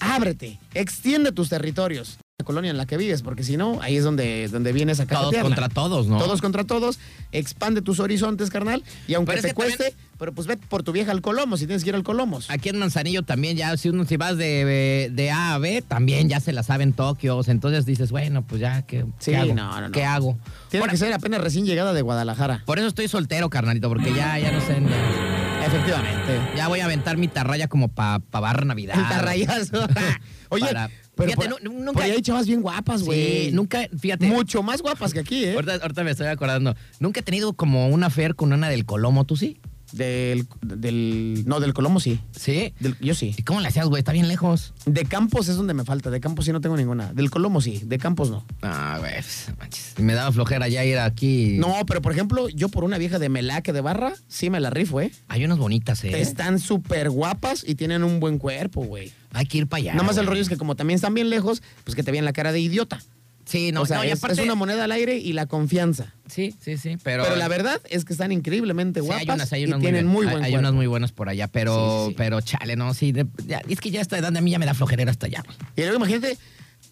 ábrete, extiende tus territorios. La colonia en la que vives, porque si no, ahí es donde, donde vienes a
Todos
cajetearla.
contra todos, ¿no?
Todos contra todos, expande tus horizontes, carnal, y aunque
Pero es
te
que
cueste, pero pues vete por tu vieja al Colomo, si tienes que ir al Colomos.
Aquí en Manzanillo también ya, si uno si vas de, de A a B, también ya se la saben Tokios. Entonces dices, bueno, pues ya, ¿qué,
Sí,
qué hago?
no, no, no.
¿Qué hago?
Tiene
Ahora,
que ser apenas recién llegada de Guadalajara.
Por eso estoy soltero, carnalito, porque ya, ya no sé. Ya,
Efectivamente.
ya voy a aventar mi tarraya como para pa barra Navidad.
El tarrayazo. Oye,
Para-
pero
Fíjate,
por,
nu- nunca-
por ahí hay chavas bien guapas,
Sí,
güey.
nunca, fíjate.
Mucho más guapas que aquí, ¿eh?
Ahorita, ahorita me estoy acordando. Nunca he tenido como una affair con una del Colomo, ¿tú sí?
Del, del, no, del Colomo sí.
Sí.
Del- yo sí.
¿Y cómo le hacías, güey? Está bien lejos.
De Campos es donde me falta. De Campos sí no tengo ninguna. Del Colomo sí. De Campos no.
Ah, güey, pues, manches. Me daba flojera ya ir aquí.
No, pero por ejemplo, yo por una vieja de Melaque de Barra sí me la rifo, ¿eh?
Hay unas bonitas, ¿eh?
Están súper guapas y tienen un buen cuerpo, güey.
Hay que ir para allá.
Nada más el
güey.
rollo es que como también están bien lejos, pues que te vean la cara de idiota.
Sí, no,
o sea,
no, y
es-
aparte-
es una moneda al aire y la confianza.
Sí, sí, sí, pero...
Pero, la verdad es que están increíblemente
Sí,
guapas
hay unas, hay unas
y tienen
bien-
muy,
hay-
buen
hay,
cuerpo.
unas muy buenas por allá, pero,
Sí, sí, sí.
pero chale, no, sí, de- ya, es que ya está edad a mí ya me da flojera ir hasta allá. güey.
Y luego imagínate,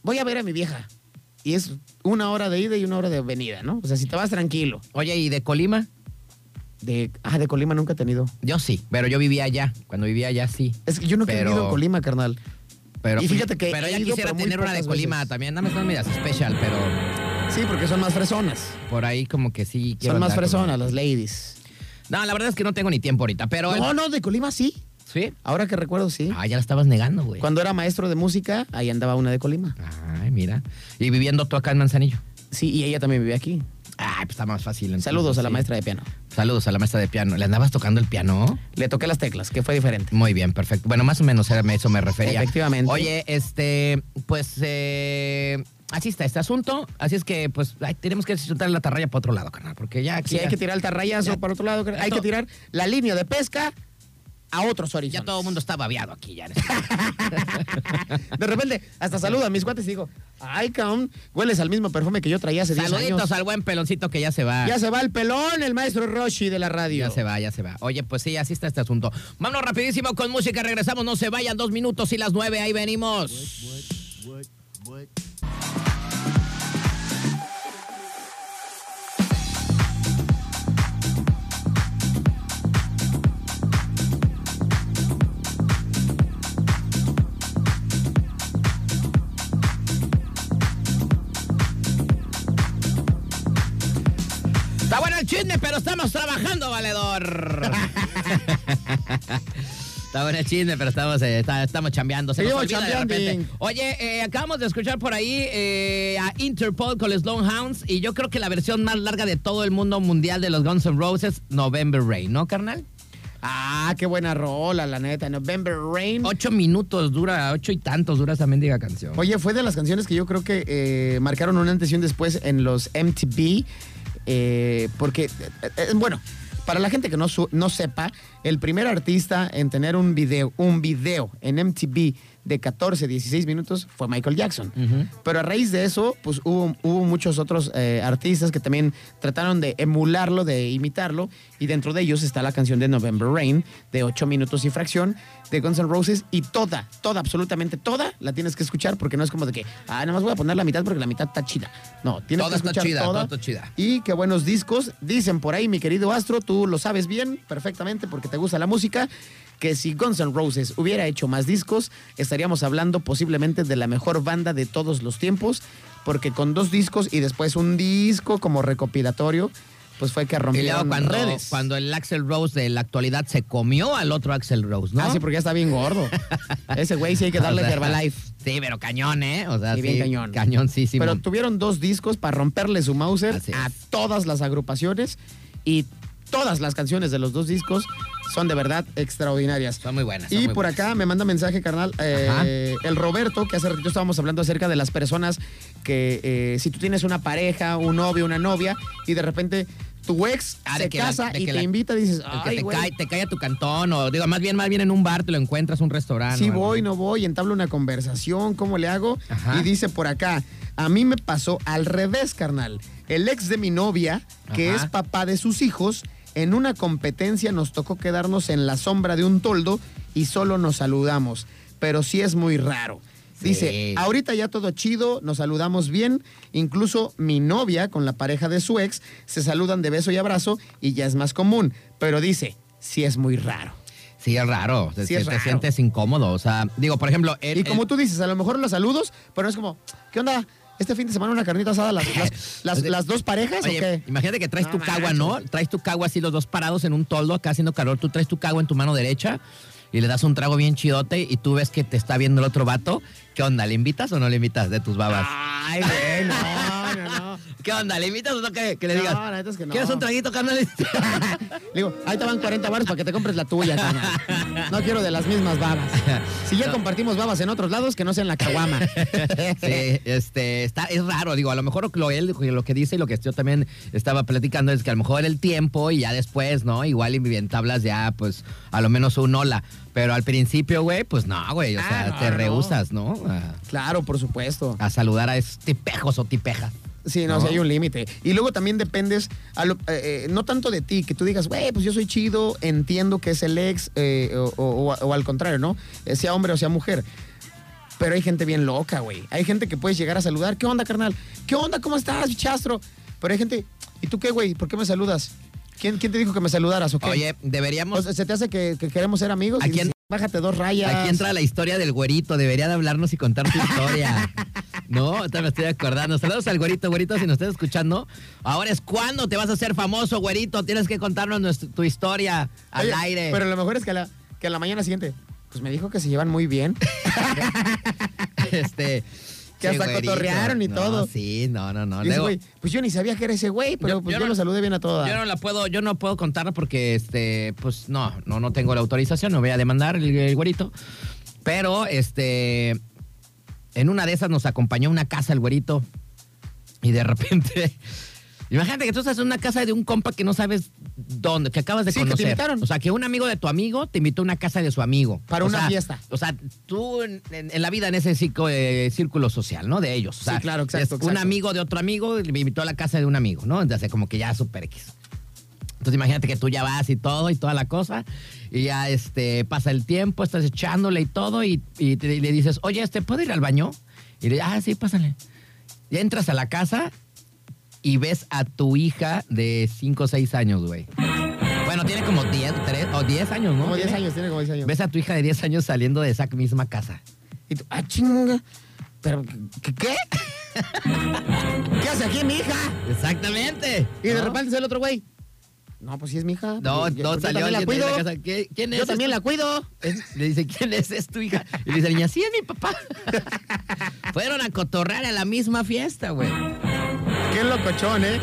voy a ver a mi vieja. Y es una hora de ida y una hora de venida, ¿no? O sea, si te vas tranquilo.
Oye, ¿y de Colima?
De, ah, de Colima nunca he tenido.
Yo sí, pero yo vivía allá, cuando vivía allá sí.
Es que yo nunca
Pero-
he ido a Colima, carnal.
Pero,
Y fíjate que
Pero
he
ya
ido,
quisiera
pero muy
tener una de
pocas
Colima
veces.
también. Nada más son medidas especial, pero
Sí, porque son más fresonas.
por ahí como que sí quiero
son más
andar con-
fresonas las ladies.
No, la verdad es que no tengo ni tiempo ahorita, pero.
No, no, de Colima sí.
¿Sí?
Ahora que recuerdo, sí.
Ah, ya la estabas negando, güey.
Cuando era maestro de música, ahí andaba una de Colima.
Ay, mira. Y viviendo tú acá en Manzanillo.
Sí, y ella también vivía aquí.
Ay, pues está más fácil. entonces,
Saludos a la
sí.
maestra de piano.
Saludos a la maestra de piano. ¿Le andabas tocando el piano?
Le toqué las teclas, que fue diferente.
Muy bien, perfecto. Bueno, más o menos era- a eso me refería.
Efectivamente.
Oye, este, pues, eh, así está este asunto. Así es que, pues, ay, tenemos que disfrutar la tarraya para otro lado, carnal, porque ya aquí
Si hay
ya-
que tirar el tarrayazo
Ya.
para otro lado, hay que tirar la línea de pesca a otros
Ya
horizontes.
todo el mundo está babeado aquí ya.
De repente, hasta saludo a mis cuates y digo, ay, cabrón, hueles al mismo perfume que yo traía hace 10 años.
Saluditos al buen peloncito que ya se va.
Ya se va el pelón, el maestro Roshi de la radio.
Ya se va, ya se va. Oye, pues sí, así está este asunto. Vámonos rapidísimo con música, regresamos, no se vayan, dos minutos y las nueve, ahí venimos. Está bueno el chisme, pero estamos trabajando, valedor. Está bueno el chisme, pero estamos, eh, está- estamos chambeando. Se nos
Seguimos
olvida de
chambeando.
repente. Oye, eh, acabamos de escuchar por ahí eh, a Interpol con los Hounds y yo creo que la versión más larga de todo el mundo mundial de los Guns N' Roses, November Rain, ¿no, carnal?
Ah, qué buena rola, la neta. November Rain.
Ocho minutos dura, ocho y tantos dura esa mendiga canción.
Oye, fue de las canciones que yo creo que eh, marcaron un antes y un después en los MTV. eh, porque, eh, eh, bueno, para la gente que no, su- no sepa, el primer artista en tener un video, un video en MTV de 14, 16 minutos fue Michael Jackson.
Ujú.
Pero a raíz de eso, pues hubo, hubo muchos otros eh, artistas que también trataron de emularlo, de imitarlo, y dentro de ellos está la canción de November Rain, de 8 minutos y fracción, de Guns N' Roses, y toda, toda, absolutamente toda, la tienes que escuchar, porque no es como de que, ah, nada más voy a poner la mitad porque la mitad está chida. No, tienes
Toda
que
está
escuchar
chida,
toda.
toda está chida.
Y qué buenos discos, dicen por ahí, mi querido Astro, tú lo sabes bien, perfectamente, porque te gusta la música, que si Guns N' Roses hubiera hecho más discos, estaríamos hablando posiblemente de la mejor banda de todos los tiempos, porque con dos discos y después un disco como recopilatorio, pues fue que
Y
rompieron
luego cuando,
redes.
cuando el Axel Rose de la actualidad se comió al otro Axel Rose, ¿no?
Ah, sí, porque ya está bien gordo. Ese güey sí hay que darle
O sea,
Herbalife.
Sí, pero cañón, ¿eh? O sea,
Sí, bien cañón.
Cañoncísimo.
Pero tuvieron dos discos para romperle su Mauser
Así es.
a todas las agrupaciones y todas las canciones de los dos discos son de verdad extraordinarias.
Son muy buenas. son
Y
muy
por
buenas.
acá me manda mensaje, carnal, eh, el Roberto, que hace ratito estábamos hablando acerca de las personas que eh, si tú tienes una pareja, un novio, una novia, y de repente tu ex
Ah, de
se
que la-
casa
de
y
que
te
la-
invita, dices,
El que
"Ay,
te,
güey,
cae, te cae a tu cantón, o digo, más bien, más bien en un bar te lo encuentras, un restaurante.
Sí
o algo.
voy, no voy, entablo una conversación, ¿cómo le hago?
Ajá.
Y dice por acá, a mí me pasó al revés, carnal. El ex de mi novia, que
Ajá.
es papá de sus hijos, en una competencia nos tocó quedarnos en la sombra de un toldo y solo nos saludamos, pero sí es muy raro. Dice,
Sí.
ahorita ya todo chido, nos saludamos bien, incluso mi novia con la pareja de su ex se saludan de beso y abrazo y ya es más común, pero dice, sí es muy raro.
Sí, es raro. te-
Sí, es
te,
raro.
sientes incómodo. O sea, digo, por ejemplo. el-
Y
el-
como tú dices, a lo mejor los saludos, pero es como, ¿qué onda? ¿Este fin de semana una carnita asada las, las, las- las dos parejas
Oye,
o qué?
imagínate que traes
No
tu cagua, ¿no? Traes tu cagua así los dos parados en un toldo acá haciendo calor. Tú traes tu cagua en tu mano derecha y le das un trago bien chidote y tú ves que te está viendo el otro vato. ¿Qué onda? ¿Le invitas o no le invitas de tus babas?
Ay, güey, no, no, no.
¿Qué onda? ¿Le invitas o no que, que le
No,
digas?
la neta es que no.
¿Quieres un traguito, carnal?
Le digo, ahí te van 40 baros para que te compres la tuya, carnal. No quiero de las mismas babas. Si ya compartimos babas en otros lados, que no sean la caguama.
Sí, este, está, es raro, digo, a lo mejor lo, él, lo que dice y lo que yo también estaba platicando es que a lo mejor el tiempo y ya después, ¿no? Igual y en tablas ya, pues, a lo menos un hola. Pero al principio, güey, pues no, güey, o
Ah,
sea,
no,
te
no.
rehusas, ¿no? A,
Claro, por supuesto.
a saludar a esos tipejos o tipejas.
Sí, no,
¿No?
sí hay un límite. Y luego también dependes, a lo- eh, eh, no tanto de ti, que tú digas, güey, pues yo soy chido, entiendo que es el ex, eh, o, o- o- o al contrario, ¿no? Eh, Sea hombre o sea mujer. Pero hay gente bien loca, güey. Hay gente que puedes llegar a saludar, ¿qué onda, carnal? ¿Qué onda? ¿Cómo estás, chastro? Pero hay gente, ¿y tú qué, güey? ¿Por qué me saludas? ¿Quién, quién te dijo que me saludaras o qué?
Oye,
O
deberíamos...
sea, ¿se te hace que, que queremos ser amigos?
Aquí
Y dices,
en-
Bájate dos rayas.
Aquí entra la historia del güerito, debería de hablarnos y contar su historia. No, ahorita me estoy acordando. Saludos al güerito, güerito, si nos estás escuchando. Ahora es cuando te vas a hacer famoso, güerito. Tienes que contarnos nuestra- tu historia al
Oye,
aire.
Pero lo mejor es que a la, que a la mañana siguiente, pues me dijo que se llevan muy bien.
este, che,
Que hasta cotorrearon y
No,
todo.
Sí, no, no, no.
Y dices,
Ah, Luego,
güey, pues yo ni sabía que era ese güey, pero
Yo-
pues
yo
yo,
no-
lo saludé bien a todas.
yo no la puedo, yo no puedo contarla porque este, pues no, no, no tengo la autorización, no voy a demandar el, el güerito. Pero este, en una de esas nos acompañó a una casa el güerito y de repente Imagínate que tú estás en una casa de un compa que no sabes dónde, que acabas de
Sí, que te
conocer.
invitaron.
O sea, que un amigo de tu amigo te invitó a una casa de su amigo.
Para
O
una
sea,
fiesta.
O sea, tú en, en- en la vida en ese cico- eh, círculo social, ¿no? De ellos. O sea,
Pues Sí, claro, exacto,
es Un
exacto.
amigo de otro amigo me invitó a la casa de un amigo, ¿no? Entonces, como que ya super X. Entonces imagínate que tú ya vas y todo y toda la cosa y ya este pasa el tiempo, estás echándole y todo y, y te- y le dices, oye, este, ¿puedo ir al baño? Y le ah, sí, pásale. Ya entras a la casa y ves a tu hija de 5 o 6 años, güey. Bueno, tiene como 10, tres- o 10 años, ¿no?
Como 10
Tiene-
años, tiene como 10 años.
Ves a tu hija de 10 años saliendo de esa misma casa.
Y tú, ah, chinga. Pero, ¿qué? ¿Qué, ¿Qué hace aquí mi hija?
Exactamente.
Y de
¿No?
repente sale el otro güey. No, pues sí es mi hija.
No,
Yo- yo-
no
yo
salió
también la
alguien de
cuido.
la casa. ¿Qué- ¿Quién es?
Yo también la cuido.
Es- le dice, ¿quién es? Es tu hija. Y le dice, la niña, sí, es mi papá. Fueron a cotorrar a la misma fiesta, güey.
Qué locochón, ¿eh?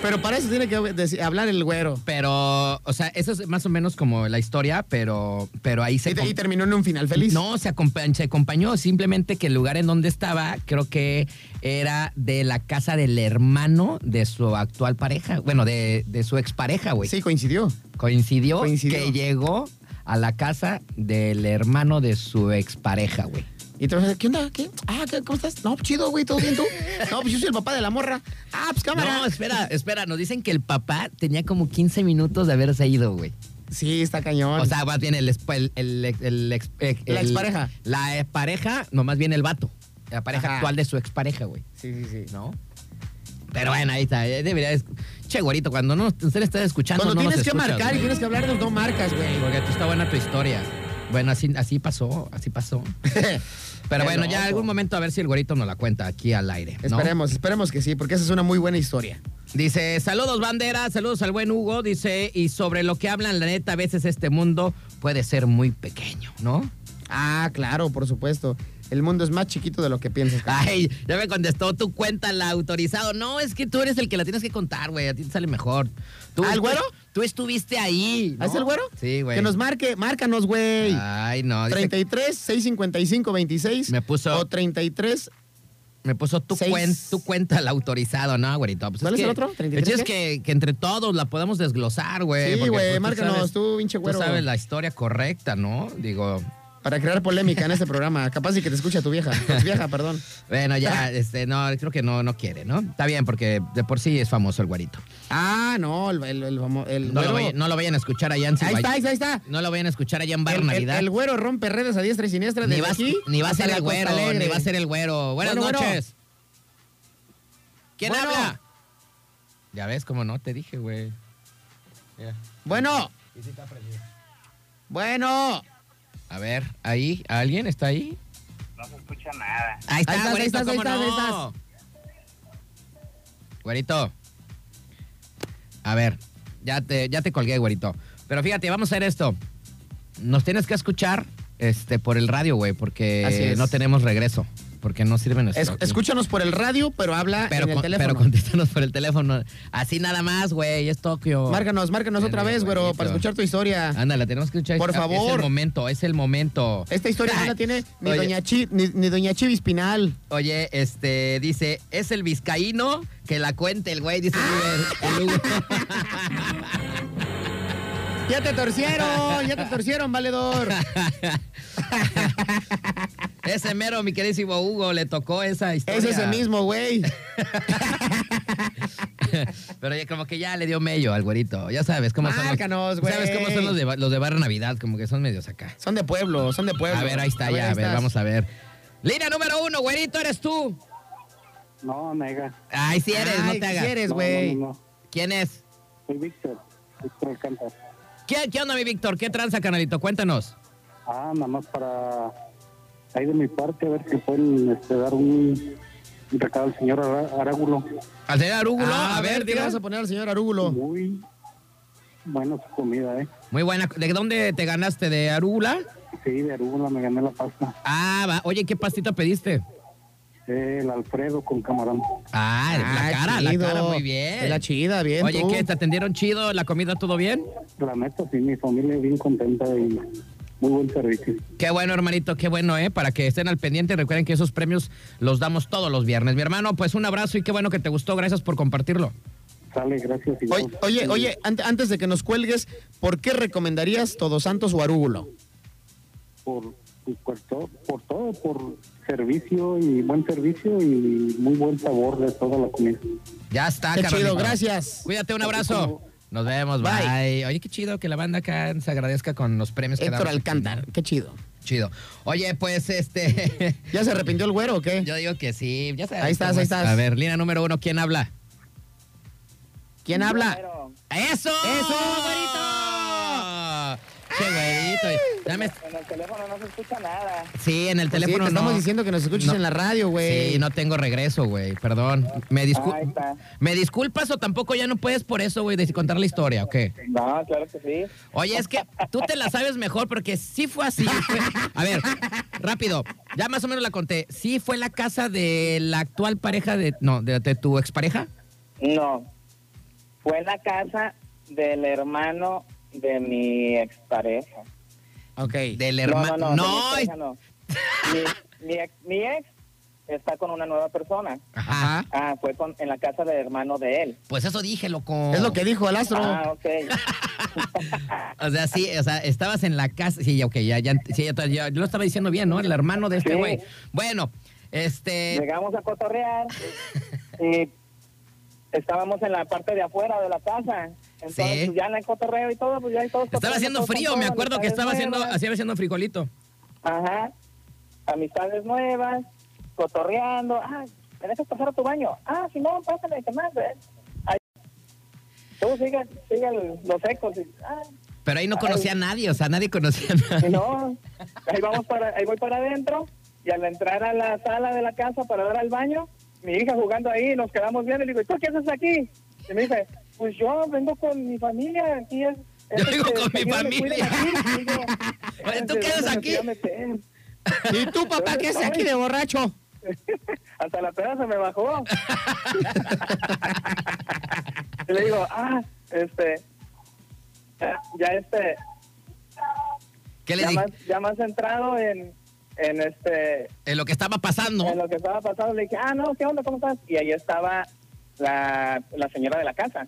Pero para eso tiene que deci- hablar el güero.
Pero, o sea, eso es más o menos como la historia, pero, pero ahí se...
Y, te-
com-
y terminó en un final feliz.
No, se, acompa- se acompañó. Simplemente que el lugar en donde estaba, creo que era de la casa del hermano de su actual pareja. Bueno, de, de su expareja, güey.
Sí, coincidió.
Coincidió,
Coincidió.
que llegó a la casa del hermano de su expareja, güey.
Y te vas a decir, ¿qué onda? ¿Qué? Ah, ¿qué- ¿cómo estás? No, pues chido, güey, ¿todo bien tú? No, pues yo soy el papá de la morra. Ah, pues cámara.
No, espera, espera. Nos dicen que el papá tenía como 15 minutos de haberse ido, güey.
Sí, está cañón.
O sea, más bien el, esp- el, el, el ex- eh,
La
el-
expareja.
La expareja, no, más bien el vato. La pareja
Ajá.
actual de su expareja, güey.
sí, sí, sí.
¿No? Pero bueno, ahí está. eh, Debería. es- Che, güerito, cuando no, usted está escuchando.
Cuando
no nos
tienes que
escuchas,
marcar y
güey.
tienes que hablar, no marcas, güey.
Porque tú está buena tu historia. Bueno, así, así pasó, así pasó. Pero
Qué
bueno, ya
loco.
algún momento a ver si el güerito nos la cuenta aquí al aire. ¿no?
Esperemos, esperemos que sí, porque esa es una muy buena historia.
Dice, saludos bandera, saludos al buen Hugo, dice, y sobre lo que hablan, la neta, a veces este mundo puede ser muy pequeño, ¿no?
Ah, claro, por supuesto. El mundo es más chiquito de lo que piensas. carnal.
Ay, ya me contestó, tú cuéntala, autorizado. No, es que tú eres el que la tienes que contar, güey, a ti te sale mejor. ¿Tú,
¿Ah, el güero?
Tú estuviste ahí. ¿no?
¿Ah, ¿Es el güero?
Sí, güey.
Que nos marque, márcanos, güey.
Ay, no, dice-
33 655 26
Me puso-
o 33
me puso tu,
Seis.
cuen, tu cuenta al autorizado, ¿no, güerito? Pues
¿Cuál es
que-
el otro? ¿33
el chiste es
qué?
que, que entre todos la podemos desglosar, güey.
Sí,
porque,
güey,
pues, tú
márcanos,
sabes-
tú, pinche güero.
Tú sabes la historia correcta, ¿no? Digo,
para crear polémica en este programa. Capaz y que te escucha tu vieja. Tu vieja, perdón.
Bueno, ya, este, no, creo que no, no quiere, ¿no? Está bien, porque de por sí es famoso el güerito.
Ah, no, el, el, el famo- el
No,
güero.
lo, vaya- no lo vayan a escuchar allá en
ahí
Cibay-
está, ahí está, ahí está.
No lo vayan a escuchar allá en
El, el-
Barnavidad.
el güero rompe redes a diestra y siniestra.
ni,
desde
va,
aquí
ni va a
hasta
ser
la
el
Costa
güero, ni
Alegre.
va a ser el güero. Buenas
Bueno, bueno.
noches. ¿Quién
Bueno.
habla? Ya ves, como no te dije, güey. Mira.
Bueno, bueno.
A ver, ahí, ¿alguien está ahí?
No se escucha nada.
Ahí está,
Ahí estás,
güerito,
ahí estás,
¿cómo
ahí estás, ahí
no? Güerito. A ver, ya te, ya te colgué, güerito. Pero fíjate, vamos a hacer esto. Nos tienes que escuchar este, por el radio, güey,
Así
porque
es.
no tenemos regreso. Porque no sirven
Es- escúchanos por el radio, pero habla
pero,
en el
con-
teléfono.
pero contéstanos por el teléfono. Así nada más, güey, es Tokio.
Márcanos, márcanos
Ándale,
otra vez, güero,
güerito.
para escuchar tu historia.
Ándale, tenemos que escuchar.
Por
Es- Es el
favor.
momento, es el momento.
Esta historia no la tiene ni
Oye.
doña, Chi, ni, ni doña Chivis Pinal.
Oye, este, dice, es el vizcaíno que la cuente el güey, dice el Uber, el Hugo.
Ya te torcieron, ya te torcieron, valedor.
Ese mero, mi queridísimo Hugo, le tocó esa historia.
Es ese mismo, güey.
Pero ya como que ya le dio mello al güerito. Ya sabes cómo son. los-
Márcanos, güey.
¿Sabes cómo son los de, los de Barra Navidad? Como que son medios acá.
Son de pueblo, son de pueblo.
A ver, ahí está, ya, a ver,
estás.
vamos a ver. Línea número uno, güerito, eres tú.
No, nega.
Ay, si eres,
Ay,
no te hagas.
si eres,
No,
güey.
No, no, no.
¿Quién es?
Soy Víctor. Víctor Alcántara.
¿Qué, qué onda, mi Víctor? ¿Qué tranza, canalito? Cuéntanos.
Ah, nada más para... Ahí de mi parte, a ver si pueden este, dar un, un recado al señor Ara- Arágulo.
Al señor Arúgulo,
Ah,
a ver,
¿qué le
diga.
vas a poner al señor Arúgulo?
Muy buena su comida, ¿eh?
Muy buena. ¿De dónde te ganaste? ¿De Arúgula?
Sí, de Arúgulo me gané la pasta.
Ah, va. Oye, ¿qué pastita pediste?
El Alfredo con camarón.
Ah,
Ah,
la cara,
chido.
la cara, muy
Es la
bien.
chida, bien.
Oye,
tú.
¿qué? ¿Te atendieron chido? ¿La comida todo bien?
La neta, sí, mi familia bien contenta y muy buen servicio.
Qué bueno, hermanito, qué bueno, ¿eh? Para que estén al pendiente, recuerden que esos premios los damos todos los viernes. Mi hermano, pues un abrazo y qué bueno que te gustó. Gracias por compartirlo.
Sale, gracias. y
Oye,
vamos.
oye, oye, an- antes de que nos cuelgues, ¿por qué recomendarías Todos Santos o Arúgulo?
Por, por, todo, por todo, por servicio y buen servicio y muy buen sabor de toda la comida.
Ya está,
Qué chido,
Carolito.
gracias.
Cuídate, un abrazo. Nos vemos, bye.
Bye.
Oye, qué chido que la banda acá se agradezca con los premios que
Héctor
damos.
Alcántara, qué chido.
Chido. Oye, pues este.
¿Ya se arrepintió el güero o qué?
yo digo que sí. Ya sabes
Ahí estás,
cómo
ahí
es.
estás.
A ver, línea número uno, ¿quién habla?
¿Quién habla?
¡Eso!
¡Eso,
güerito! ¡Qué güerito! Ya me-
En el teléfono no se escucha nada.
Sí, en el
Pues sí,
teléfono
te
no.
estamos diciendo que nos escuches
No.
en la radio, güey.
Sí, no tengo regreso, güey. Perdón. ¿Me, discu-
Ah, Ahí está.
¿Me disculpas o tampoco ya no puedes por eso, güey, de contar la historia o qué?
No, claro que sí.
Oye, es que tú te la sabes mejor porque sí fue así. A ver, rápido. Ya más o menos la conté. Sí fue la casa de la actual pareja de... No, de, de tu expareja.
No. Fue en la casa del hermano de mi expareja.
Ok.
Del hermano...
No, no, no. de mi expareja no. Mi, mi ex, mi ex está con una nueva persona.
Ajá.
Ah, fue con, en la casa del hermano de él.
Pues eso dije, loco.
Es lo que dijo el astro.
Ah, ok.
Eh. O sea, sí, o sea, estabas en la casa. Sí, ok, ya, ya, sí, ya, ya- yo lo estaba diciendo bien, ¿no? El hermano de este
Sí.
güey. Bueno, este.
Llegamos a cotorrear y estábamos en la parte de afuera de la casa. Entonces, pues,
Sí.
ya en el cotorreo y todo, pues ya hay todos
Estaba
cotorreando,
haciendo
todos
frío,
con
me
todos,
acuerdo que
amistades
estaba haciendo,
nuevas.
estaba haciendo frijolito.
Ajá. Amistades nuevas, cotorreando. Ah, ¿tenés que pasar a tu baño? Ah, si no, pásale, ¿qué más? eh? Ay, Tú sigue, sigue el- los ecos. y- ah,
Pero ahí no conocía a nadie, o sea, nadie conocía a nadie.
y no, ahí, vamos para, ahí voy para adentro y al entrar a la sala de la casa para dar al baño, mi hija jugando ahí, nos quedamos viendo y le digo, ¿y tú qué haces aquí? Y me dice, pues yo vengo con mi familia, aquí es... es este,
Yo vengo con mi
que me
familia.
cuidan aquí". Y yo,
Oye, ¿tú
"Ah,
qué haces
me
aquí?"
fui a meter.
¿Y tú, papá, qué haces aquí de borracho?
Hasta la peda se me bajó. y le digo, ah, este, ya, ya este,
¿Qué le
ya
dije?
más, ya más centrado en, en este,
En lo que estaba pasando.
en lo que estaba pasando, le dije, ah, no, ¿qué onda? ¿Cómo estás? Y ahí estaba la, la señora de la casa.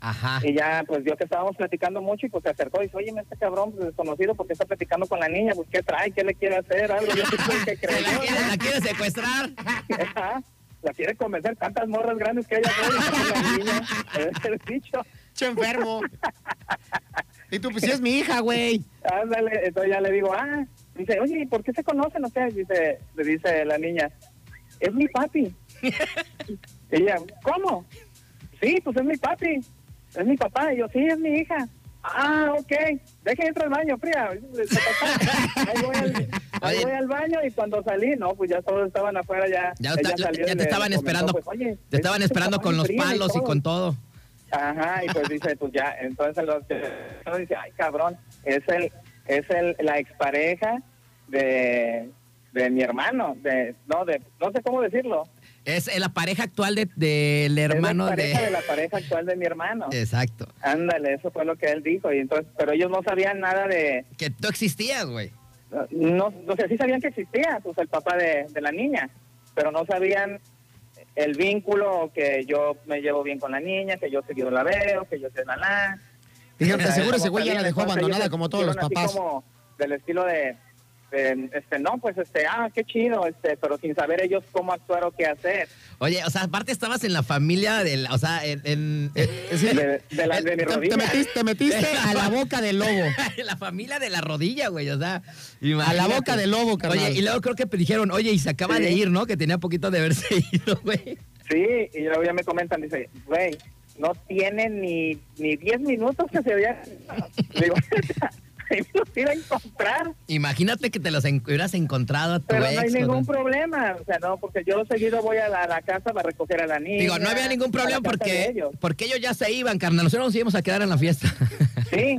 Ajá.
Y ya, pues vio que estábamos platicando mucho y pues se acercó y dice, oye, este cabrón pues, desconocido porque está platicando con la niña, pues qué trae, qué le quiere hacer, algo, yo sí creo que
¿Se la
creyó,
quiere, la quiere secuestrar?
Ajá. La quiere convencer tantas morras grandes que ella puede. Es el bicho.
Che enfermo. Y tú, pues sí es mi hija, güey.
Ándale, entonces ya le digo, ah, dice, oye, ¿y por qué se conocen ustedes? Dice, le dice la niña, es mi papi. ella, ¿cómo? Sí, pues es mi papi, es mi papá. Y yo, sí, es mi hija. Ah, ok, deje entrar al baño, fría. Ahí voy al, ahí
Oye.
voy al baño y cuando salí, no, pues ya todos estaban afuera, ya.
Ya,
ella
está-
salió y
ya te
le
estaban
comentó,
esperando.
pues, "Oye,
te estaban
es que
esperando
estaba
con
bien
los
fría
palos y
todo".
con todo.
Ajá, y pues dice, pues ya, entonces los, uno dice, ay cabrón, es el, es el, la expareja de, de mi hermano, de, no, de, no sé cómo decirlo,
Es eh, la pareja actual de- del hermano
es la
de. Eh.
pareja de... la pareja actual de mi hermano.
Exacto.
Ándale, eso fue lo que él dijo, y entonces, pero ellos no sabían nada de,
Que tú existías, güey.
no, no sé, sí sabían que existía, pues el papá de, de la niña, pero no sabían el vínculo que yo me llevo bien con la niña, que yo seguido la veo, que yo sé la la.
Dijeron, te
Entonces,
seguro ese
como
güey ya la
también,
dejó
entonces,
abandonada
ellos
como todos los
estuvieron así
papás.
como del estilo de, de, este, no, pues este, ah, qué chido, este, pero sin saber ellos cómo actuar o qué hacer.
Oye, o sea, aparte estabas en la familia del. O sea, en. en-
De, de la- de mi
Eh, Te, te
rodilla.
metiste, te metiste a la boca del lobo.
en la familia de la rodilla, güey. O sea,
A la
imagínate.
boca del lobo, carnal.
Oye, y luego creo que dijeron, oye, y se acaba
Sí.
de ir, ¿no? Que tenía poquito de haberse ido, güey.
Sí, y luego ya me comentan, dice, güey, no tiene ni ni 10 minutos que se había... Digo, ahí me los iba a encontrar,
Imagínate que te los en- hubieras encontrado a tu
pero no hay
ex,
ningún
cabrón.
problema. O sea, no, porque yo seguido voy a la, a la casa para recoger a la niña.
Digo, no había ningún
a
problema
la casa de
porque
ellos.
porque ellos ya se iban, carnal. Nosotros nos íbamos a quedar en la fiesta.
Sí,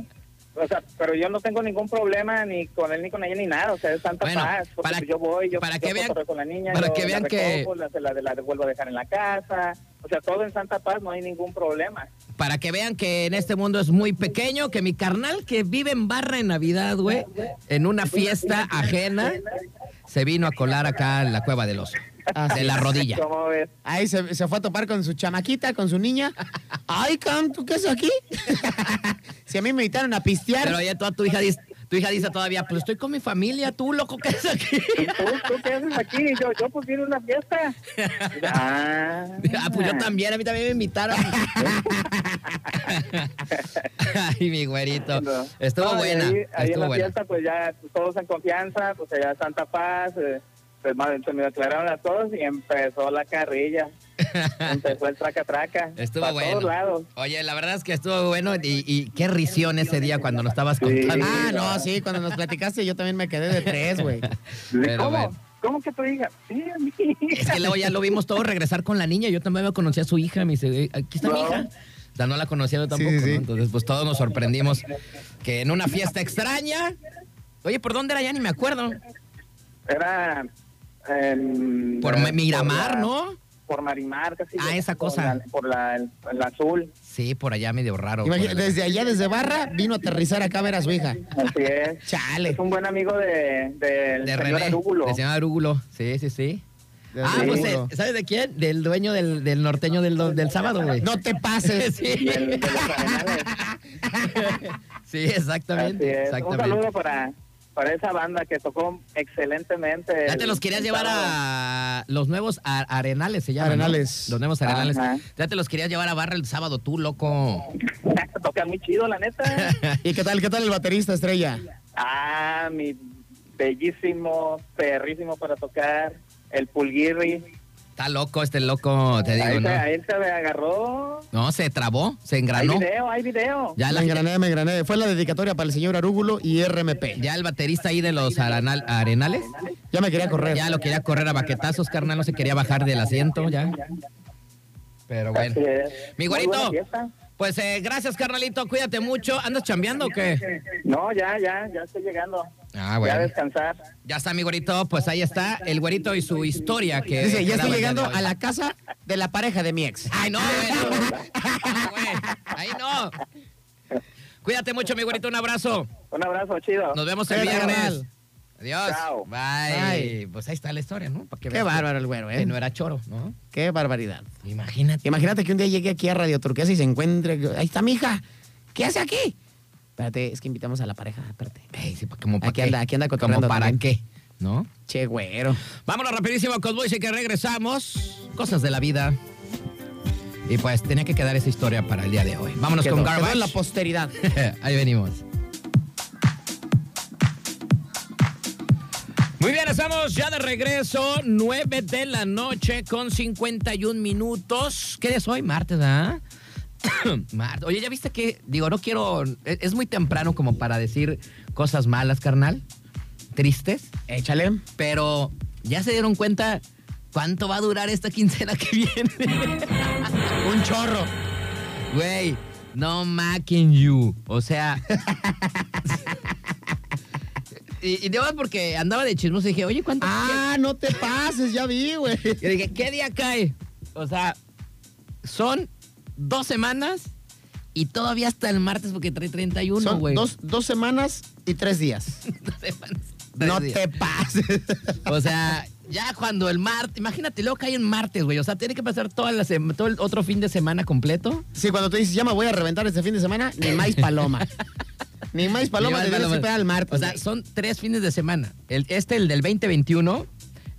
o sea, pero yo no tengo ningún problema ni con él ni con ella ni nada, o sea, es tanta
Bueno,
paz, porque
para-
pues yo voy, yo,
para
yo
que vean-
cotorreo con la niña,
para
yo
que vean
la
que-
recojo, pues, la, la, la vuelvo a dejar en la casa, o sea, todo en santa paz, no hay ningún problema.
Para que vean que en este mundo es muy pequeño, que mi carnal que vive en barra en Navidad, güey, en una fiesta ajena, se vino a colar acá en la cueva del oso.
Ah,
de la rodilla.
¿Cómo ves?
Ahí se, se fue a topar con su chamaquita, con su niña. Ay, can, ¿tú qué haces aquí? si a mí me invitaron a pistear.
Pero ya toda tu hija dice, tu hija dice todavía, pues estoy con mi familia, tú loco, ¿qué haces aquí?
¿Tú, tú qué haces aquí? Yo, yo pues vine a una fiesta. Ah,
Ah, pues yo también, a mí también me invitaron. Ay, mi güerito.
No.
Estuvo
No, y
buena.
Ahí, ahí en
estuvo
la
buena.
fiesta, pues ya pues, todos en confianza, pues allá Santa Paz, eh, pues madre, se me aclararon a todos y empezó la carrilla. empezó el traca-traca.
Estuvo
pa'
bueno.
todos lados.
Oye, la verdad es que estuvo bueno y, y qué risión ese día cuando nos estabas contando.
Ah, no, sí, cuando nos platicaste yo también me quedé de tres, güey.
Pero
¿Cómo?
bueno.
¿Cómo que tú digas? Sí, a mí.
Es que luego ya lo vimos todos regresar con la niña. Yo también conocí a su hija. Me dice, "Eh, aquí está mi
No.
hija. O sea, no la conocía yo tampoco.
Sí, sí, sí.
¿no? Entonces, pues todos nos sorprendimos que en una fiesta extraña. Oye, ¿por dónde era ya? Ni me acuerdo.
Era. em,
Por
eh,
Miramar,
la-
¿no?
Por Marimar, casi.
Ah,
por
esa
la-
cosa.
Por la, el- el azul.
Sí, por allá medio raro.
Imagínate,
Por allá.
desde allá, desde Barra, vino a aterrizar acá a ver a su hija.
Así es.
Chale.
Es un buen amigo de, del
De
señor
René.
Arúgulo.
De señor Arúgulo. Sí, sí, sí. Ah,
Sí.
pues, eh, ¿sabes de quién? Del dueño del, del norteño del, do- del sábado, güey.
No te pases.
Sí.
del- de los Arenales.
Sí,
Así
exactamente.
es. Un
exactamente.
saludo para, para esa banda que tocó excelentemente.
Ya te
el-
los querías
el
llevar
sábado.
a los nuevos a- arenales, se llaman. ¿no?
Arenales.
Los nuevos arenales.
Ajá.
Ya te los querías llevar a barra el sábado, tú, loco.
Toca muy chido, la neta.
¿Y qué tal, qué tal el baterista estrella?
ah, mi bellísimo, perrísimo para tocar. El Pulguirri.
Está loco este loco, te
a,
digo,
él,
¿no?
se- a él se le agarró.
No, se trabó, se
Hay
engranó.
video, hay video.
Ya,
me
la-
engrané, me engrané. Fue la dedicatoria para el señor Arúgulo y RMP.
ya el baterista ahí de los aranal- arenales.
Ya me quería correr.
Ya lo quería correr a baquetazos, carnal, no se quería bajar del asiento, ya. Pero bueno.
Así es.
Mi
Muy
güerito.
buena fiesta.
Pues eh, gracias, carnalito, cuídate mucho. ¿Andas chambeando o qué?
No, ya, ya, ya estoy llegando.
Ah,
Ya a
bueno.
descansar.
Ya está, mi güerito. Pues ahí está el güerito y su historia. que quedaba
Dice, ya
el
estoy
día
llegando
de hoy.
a la casa de la pareja de mi ex.
Ay, no, güey. no. Ay, güey, Ahí no. Cuídate mucho, mi güerito. Un abrazo.
Un abrazo, chido.
Nos vemos el
Cuídate,
viernes.
carnal.
Adiós.
Chao.
Bye. Pues ahí está la historia, ¿no? Para que
Qué
veas que-
bárbaro el güero,
Que
¿eh?
no era choro, ¿no?
Qué barbaridad.
Imagínate.
Imagínate que un día llegue aquí a Radio Turquesa y se encuentre. Ahí está mi hija. ¿Qué hace aquí? Espérate, es que invitamos a la pareja. Espérate.
Ey, sí, pa- como pa'
Aquí
qué.
anda, aquí anda
Como
cotorreando
para
también.
qué, ¿no?
Che, güero.
Vámonos rapidísimo con Moise que regresamos. Cosas de la vida. Y pues tenía que quedar esa historia para el día de hoy. Vámonos
Quedó-
con
quedó
Garbage.
en la posteridad.
Ahí venimos. Muy bien, estamos ya de regreso, 9 de la noche con 51 minutos. ¿Qué día es hoy? Martes, ¿ah? Martes. Oye, ¿ya viste que? Digo, no quiero. e-, Es es muy temprano como para decir cosas malas, carnal. Tristes.
Échale.
Pero ya se dieron cuenta cuánto va a durar esta quincena que viene.
Un chorro.
Güey, no maquen you. O sea. y, y demás porque andaba de chismoso y dije, oye, ¿cuánto?
Ah, no te pases, ya vi, güey.
Yo dije, ¿qué día cae? O sea, son dos semanas y todavía hasta el martes porque trae 31,
Son
güey.
dos, dos semanas y tres días.
Dos semanas.
No
Tres
te pases.
días. O sea, ya cuando el martes. Imagínate, luego cae en martes, güey. O sea, tiene que pasar toda la sema- todo el otro fin de semana completo.
Sí, cuando tú dices, ya me voy a reventar este fin de semana, ni más paloma. ni más paloma,
Igual,
te tienes que
Paloma.
esperar al martes.
O sea,
güey.
son tres fines de semana. El, este, el del 2021,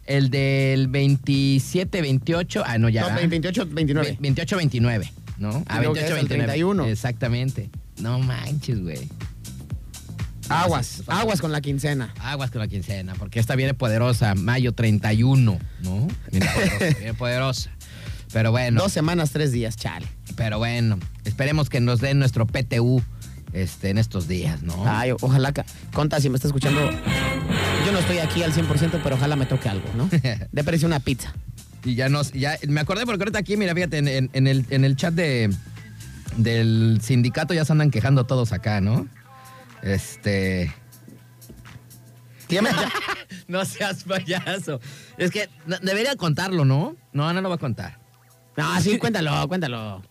el del 27-28, ah, no, ya.
No,
¿verdad?
28, 29.
28-29, ¿no? Ah,
Y luego ya es
28-29.
el 31.
Exactamente. No manches, güey.
Aguas,
Gracias.
aguas con la quincena.
Aguas con la quincena, porque esta viene poderosa, mayo 31, ¿no? Viene poderosa, viene poderosa. Pero bueno,
Dos semanas, tres días, chale.
pero bueno, esperemos que nos den nuestro PTU este, en estos días, ¿no?
Ay, o- ojalá, ca- Conta, si me está escuchando, yo no estoy aquí al 100%, pero ojalá me toque algo, ¿no? De precio una pizza.
Y ya nos, ya, me acordé porque ahorita aquí, mira, fíjate, en, en- en el, en el chat de, del sindicato ya se andan quejando todos acá, ¿no? Este.
Ya me- ya-
No seas payaso. Es que no- debería contarlo, ¿no? No, no lo va a contar.
No, sí, cuéntalo, cuéntalo.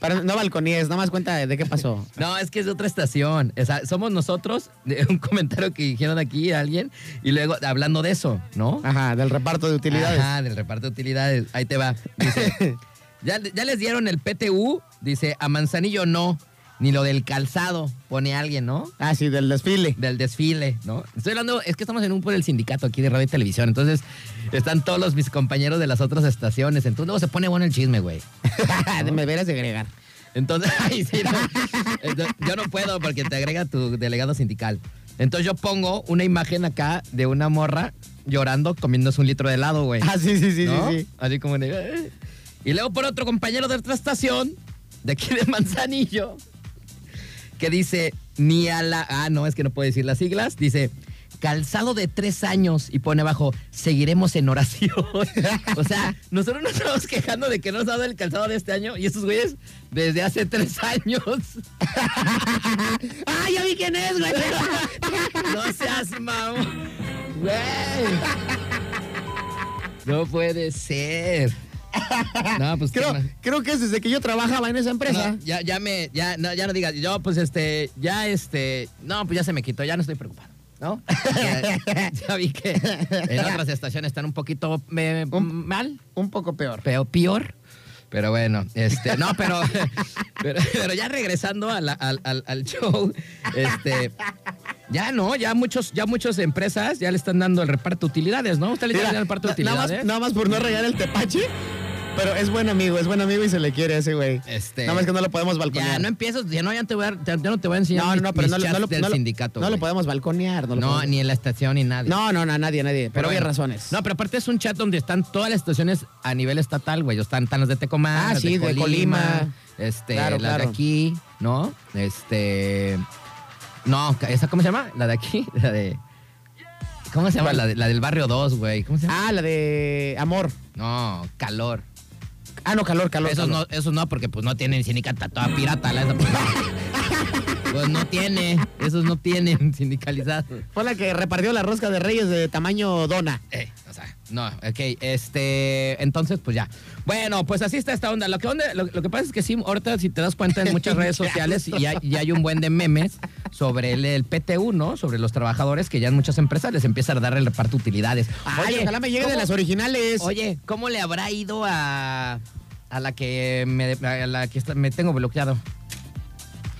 Pero no balconíes, nada más cuenta de, de qué pasó.
No, es que es de otra estación. O sea, somos nosotros, de un comentario que dijeron aquí a alguien, y luego hablando de eso, ¿no?
Ajá, del reparto de utilidades.
Ajá, del reparto de utilidades. Ahí te va. Dice, ya, ya les dieron el PTU, dice, a Manzanillo no, ni lo del calzado, pone alguien, ¿no?
Ah, sí, del desfile.
Del desfile, ¿no? Estoy hablando, es que estamos en un por el sindicato aquí de radio y televisión, entonces están todos los, mis compañeros de las otras estaciones, entonces luego se pone bueno el chisme, güey.
Me verás de agregar.
Entonces, ay, sí, no. Entonces, yo no puedo porque te agrega tu delegado sindical. Entonces yo pongo una imagen acá de una morra llorando comiéndose un litro de helado, güey.
Ah, sí, sí, sí,
¿No?
sí, sí.
Así como de, "Eh". Y luego por otro compañero de otra estación, de aquí de Manzanillo, que dice, ni a la... Ah, no, es que no puedo decir las siglas. Dice, calzado de tres años y pone abajo, seguiremos en oración. o sea, nosotros nos estamos quejando de que no nos ha dado el calzado de este año y estos güeyes desde hace tres años.
¡Ah, ya vi quién es, güey!
no seas mamón. Güey. No puede ser. No, pues qué
Creo,
mal.
creo que es desde que yo trabajaba en esa empresa.
No, ya, ya me, ya no, ya no digas, yo pues este, ya este, no, pues ya se me quitó, ya no estoy preocupado. ¿No? Ya, ya vi que en otras estaciones están un poquito eh,
Un-
mal,
Un poco peor.
pero peor. Pero bueno, este, no, pero, pero, pero ya regresando a la- al, al- al show, este, ya no, ya muchos, ya muchas empresas ya le están dando el reparto de utilidades, ¿no? Usted le
Mira,
está dando el reparto de
na- nada,
utilidades.
más, nada más por no regar el tepache. Pero es buen amigo, es buen amigo y se le quiere a ese güey.
Este-
Nada más que no lo podemos
ya
balconear.
no empiezas, ya no, ya te voy a, ya no te voy a enseñar
no, no,
mis-
no, pero
mis
no, lo-
chats
no lo,
del
no lo-
sindicato.
no lo
güey.
podemos balconear. No, lo
No,
podemos-
ni en la estación ni nadie.
no, no, no, nadie, nadie. Pero, había
bueno.
razones.
No, pero aparte es un chat donde están todas las estaciones a nivel estatal, güey. Están, están las de Tecomán,
Ah,
las
sí, de Colima.
este,
Claro,
las
claro.
de aquí, ¿no? Este. No, ¿esa cómo se llama? La de aquí, la de. ¿Cómo se llama? La, de- la del barrio 2, güey. ¿Cómo se llama?
Ah, la de amor.
No, calor.
Ah, no, calor, Ah. calor.
Esos no,
calor.
esos no, porque pues no tienen sindicato, toda pirata la esa. Pues, pues no tiene, esos no tienen sindicalizados.
Fue la que repartió la rosca de reyes de tamaño dona.
Eh, o sea, no, ok, este, entonces pues ya. Bueno, pues así está esta onda. Lo que, onda- lo, lo que pasa es que sí, ahorita si te das cuenta en muchas redes sociales ya, ya hay un buen de memes sobre el, el PTU, ¿no? Sobre los trabajadores que ya en muchas empresas les empiezan a dar el reparto de utilidades.
Ay, ojalá me llegue de
¿cómo-
las originales.
Oye, ¿cómo le habrá ido a, a la que me, a la que está- me tengo bloqueado?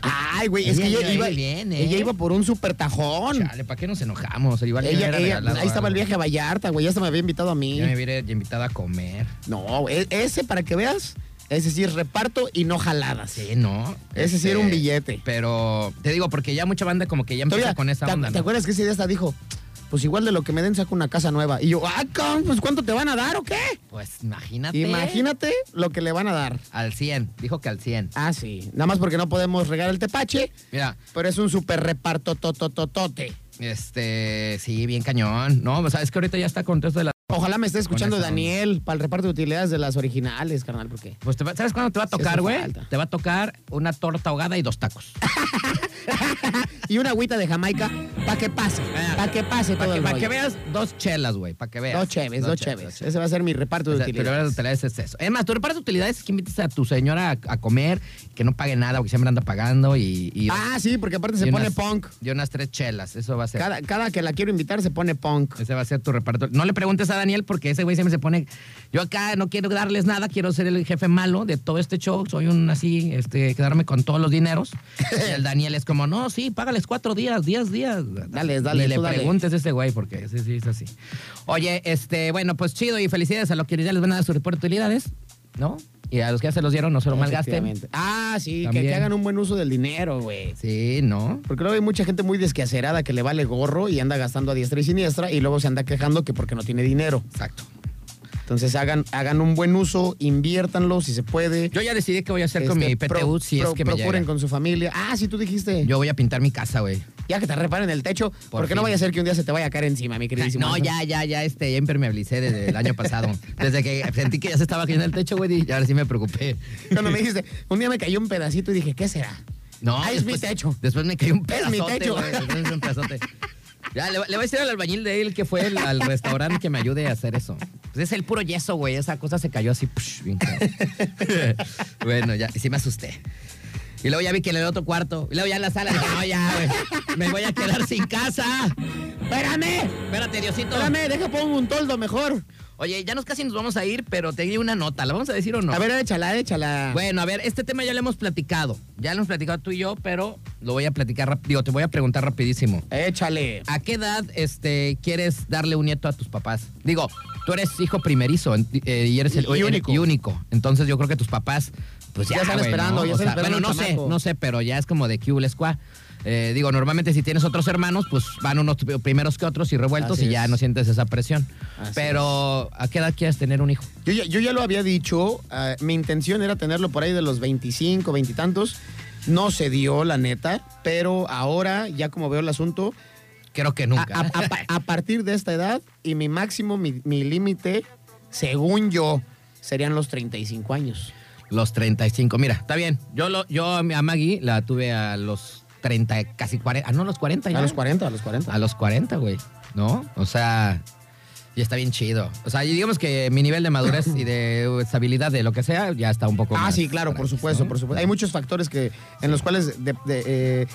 Ay, güey, es
Ella
que ella
iba-
iba,
ella bien, ¿eh?
ella iba por un super tajón.
Chale, ¿para qué nos enojamos? Igual ya me
Ella,
hubiera
ella-
regalado
ahí estaba el
algo.
viaje a Vallarta, güey. Ya se me había invitado a mí.
Ya me hubiera invitado a comer.
No, e- ese para que veas, es decir, reparto y no jaladas.
Sí, no. Este,
Ese sí era un billete.
Pero te digo, porque ya mucha banda como que ya empieza
Todavía,
con esa
¿te,
onda.
te
¿no?
acuerdas que ese día hasta dijo, pues igual de lo que me den saco una casa nueva? Y yo, ah, cabrón, pues ¿cuánto te van a dar o qué?
Pues imagínate.
Imagínate lo que le van a dar.
Al 100. Dijo que al 100.
Ah, sí. Nada más porque no podemos regar el tepache,
Mira,
pero es un super reparto totototote.
este. Sí, bien cañón. No, o sea, es que ahorita ya está con todo esto de la.
Ojalá me esté escuchando
esa onda.
Daniel para el reparto de utilidades de las originales, carnal, porque...
Pues te va- ¿sabes cuándo te va a
Sí,
tocar,
hace
güey?
falta. Ah,
te va a tocar una torta ahogada y dos tacos.
Y una agüita de Jamaica para que pase, para que pase todo
Para que, Ah,
el
pa'
rollo.
que veas dos chelas, güey. Para que veas.
Dos chéves, dos chéves. Ese va a ser mi reparto
O
de
sea, tu reparto de
utilidades.
utilidades es eso. Es más, tu reparto de utilidades es que invites a tu señora a, a comer, que no pague nada, porque siempre anda pagando y. y-
Ah, sí, porque aparte
y
se pone
unas-
punk.
Y unas tres chelas, eso va a ser.
Cada, cada que la quiero invitar se pone punk.
Ese va a ser tu reparto. No le preguntes a Daniel porque ese güey siempre se pone. Yo acá no quiero darles nada, quiero ser el jefe malo de todo este show. Soy un así, este, quedarme con todos los dineros. Y el Daniel es como, no, sí, págales cuatro días, diez días.
Dale, dale,
Y le
tú dale.
preguntes a ese güey porque ese sí es así. Oye, este, bueno, pues chido y felicidades a los que ya les van a dar sus oportunidades, ¿no? Y a los que ya se los dieron, no se lo malgasten.
Efectivamente. Ah, sí, que,
También.
que hagan un buen uso del dinero, güey.
Sí, ¿no?
Porque luego hay mucha gente muy desquacerada que le vale gorro y anda gastando a diestra y siniestra y luego se anda quejando que porque no tiene dinero.
Exacto.
Entonces hagan, hagan un buen uso, inviértanlo si se puede.
Yo ya decidí qué voy a hacer con
Este,
mi PTU
pro-
si
pro-
es que me
Procuren
llega.
con su familia. Ah, sí, tú dijiste.
Yo voy a pintar mi casa, güey.
Ya que te reparen el techo, porque
fin.
no
Ah,
vaya a ser que un día se te vaya a caer encima, mi queridísimo.
No, ya, ya, ya, este, ya impermeabilicé desde el año pasado. Desde que sentí que ya se estaba cayendo el techo, güey, y ahora sí me preocupé.
Cuando me dijiste, un día me cayó un pedacito y dije, ¿qué será?
No,
Ah, es mi techo.
Después me cayó un
Es
pedazote,
mi techo.
güey, después es un pedazote. Ya, le, va- le voy a decir al albañil de él que fue el- al restaurante que me ayude a hacer eso. Pues Es el puro yeso, güey. Esa cosa se cayó así. psh, bien cabrón. bueno, ya, sí me asusté. Y luego ya vi que en el otro cuarto. Y luego ya en la sala. dije, No, ya, güey. Me voy a quedar sin casa. ¡Espérame! Espérate, Diosito.
Espérame, deja pongo un toldo mejor.
Oye, ya nos casi nos vamos a ir, pero te di una nota. ¿La vamos a decir o no?
A ver, échala, échala.
Bueno, a ver, este tema ya lo hemos platicado. Ya lo hemos platicado tú y yo, pero lo voy a platicar rap- Digo, te voy a preguntar rapidísimo.
Échale.
¿A qué edad este, quieres darle un nieto a tus papás? Digo, tú eres hijo primerizo en- eh, y eres el
Y único.
y único. Entonces yo creo que tus papás, pues ya,
Ya están
güey,
esperando,
¿no?
ya
O
están
sea,
esperando
Bueno, no
al
sé,
chamaco.
no sé, pero ya es como de que hubo squad. Eh, digo, normalmente si tienes otros hermanos, pues van unos pri- primeros que otros y revueltos
Así
y ya
es.
no sientes esa presión.
Así
pero, ¿a qué edad quieres tener un hijo?
Yo, ya- yo ya lo había dicho, ah, mi intención era tenerlo por ahí de los 25, 20 y tantos. No se dio, la neta, pero ahora, ya como veo el asunto,
Creo que
a,
nunca. ¿eh?
a- a pa- a partir de esta edad y mi máximo, mi, mi límite, según yo, serían los 35 años.
Los 35, mira, está bien. Yo lo, yo a mi- a Maggie la tuve a los 30, casi 40, ah, no, a los 40 ya.
A los 40, a los 40.
A los 40, güey, ¿no? O sea, ya está bien chido. O sea, y digamos que mi nivel de madurez y de estabilidad de lo que sea ya está un poco
Ah,
más
sí, claro, por
grande,
supuesto,
¿no?
por supuesto. Hay muchos factores que, en los cuales de- de, eh,